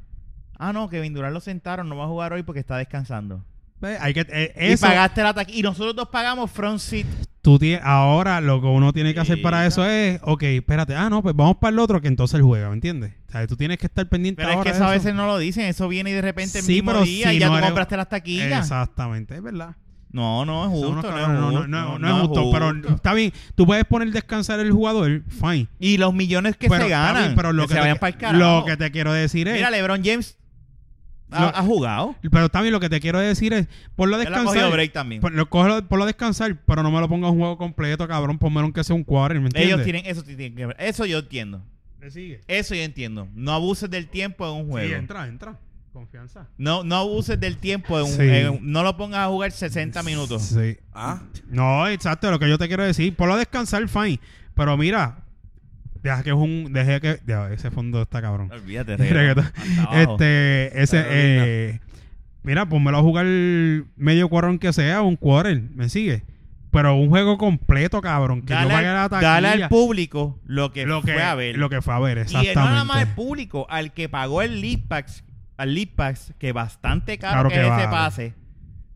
Ah, no, Kevin Durant lo sentaron, no va a jugar hoy porque está descansando. Ve, Hay que, eh, eso, Y pagaste el ataque. Y nosotros dos pagamos front seat. tú tie- ahora lo que uno tiene que hacer para Sí, eso es, ok, espérate, ah, no, pues vamos para el otro que entonces él juega, ¿me entiendes? O sea, tú tienes que estar pendiente Pero es ahora que de eso a eso. veces no lo dicen. Eso viene y de repente el Sí, mismo pero día si y ya no tú eres- compraste las taquillas. Exactamente, es verdad. No, no es Son unos justo. No, cabrones, es no, justo, no, no, no es justo, pero está bien. Tú puedes poner descansar el jugador, fine. Y los millones que pero, se está ganan. bien, pero lo que, se te, vayan para el carajo. lo que te quiero decir es. Mira, LeBron James ha, Lo- ha jugado. pero también lo que te quiero decir es. Ponlo a Él ha cogido descansar. break también. Por lo, cógelo- ponlo a descansar, pero no me lo pongas un juego completo, cabrón. Ponmelo aunque sea un quarter, ¿me entiendes? Ellos tienen eso, tienen que ver. eso yo entiendo. Le sigue. Eso yo entiendo. No abuses del tiempo en un Sí, juego. entra, entra. Confianza. No, no abuses del tiempo. en un- Sí. en- no lo pongas a jugar 60 minutos. Sí. Ah, No, exacto, lo que yo te quiero decir. Ponlo a descansar, fine. Pero mira, deja que es un. Deja que. deja- ese fondo está cabrón. <laughs> Olvídate, reggaetón. Reggaetón. Hasta abajo. Este, ese, Carolina. eh, mira, ponmelo a jugar medio cuadro aunque sea, un quarter, ¿me sigue? Pero un juego completo, cabrón, que dale, yo pague la al, taquilla, dale al público lo que, lo que fue a ver. lo que fue a ver, y exactamente. no nada más al público, al que pagó el lead packs, al lead packs, que bastante Claro caro que, que es ese vale. pase,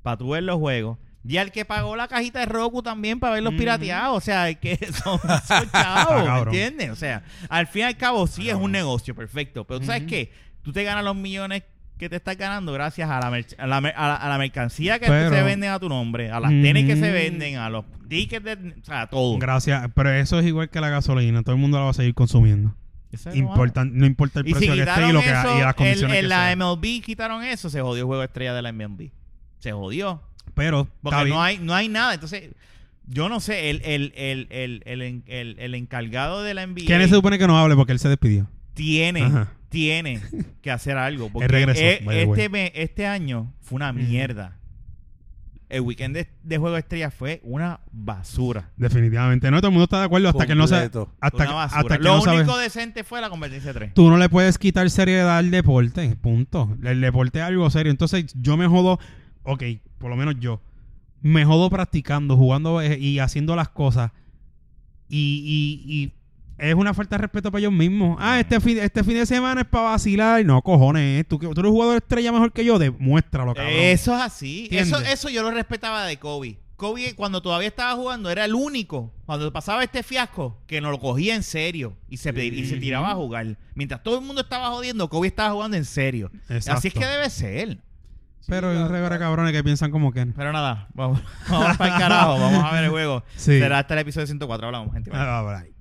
para tú ver los juegos. Y al que pagó la cajita de Roku también para verlos Ujú. pirateados. O sea, es <laughs> que son, son Ah, chavos, ¿me cabrón. entiendes? O sea, al fin y al cabo sí es un negocio, perfecto. Pero ¿tú ¿sabes Ujú. qué? Tú te ganas los millones que te estás ganando gracias a la, merch- a la, mer- a la- a la mercancía que Pero- se venden a tu nombre, a las tenis que se Ujú. venden, a los tickets, de, o sea, a todo. Gracias, pero eso es igual que la gasolina, todo el mundo la va a seguir consumiendo. Eso es lo malo. Importan- no importa el Y si precio que esté quitaron y, lo que, eso, y las condiciones en, en que la sea. MLB quitaron eso, se jodió el juego estrella de la MLB. Se jodió. Pero está Porque bien. no hay, no hay nada. Entonces, yo no sé, el, el, el, el, el, en- el- el encargado de la NBA ¿Quién se supone que no hable? Porque él se despidió. tiene, Ajá. <laughs> tiene que hacer algo. Porque Él regresó, e- by the way. este, me- este año fue una mierda. El weekend de, de juego estrella fue una basura. Definitivamente. No todo el mundo está de acuerdo hasta que no se Completo. hasta, Una que- basura. hasta que Lo no sabes. único decente fue la competencia 3. Tú no le puedes quitar seriedad al deporte, punto. El deporte es algo serio. Entonces yo me jodo, ok, por lo menos yo, me jodo practicando, jugando eh, y haciendo las cosas. Y, y- y es una falta de respeto para ellos mismos. Ah, este fin, este fin de semana es para vacilar. No, cojones, eh. tú, que- tú eres jugador estrella mejor que yo, demuéstralo, cabrón. Eso es así. Eso, ¿Entiendes? eso yo lo respetaba de Kobe. Kobe, cuando todavía estaba jugando, era el único, cuando pasaba este fiasco, que no lo cogía en serio y se, y se tiraba a jugar. Mientras todo el mundo estaba jodiendo, Kobe estaba jugando en serio. Exacto. Así es que debe ser. Pero Sí, hay un la- reguero de cabrones que piensan como que... Pero <laughs> nada, vamos, vamos para el carajo, vamos a ver el juego. Sí. Será hasta el episodio 104. Hablamos, gente. Ah, right.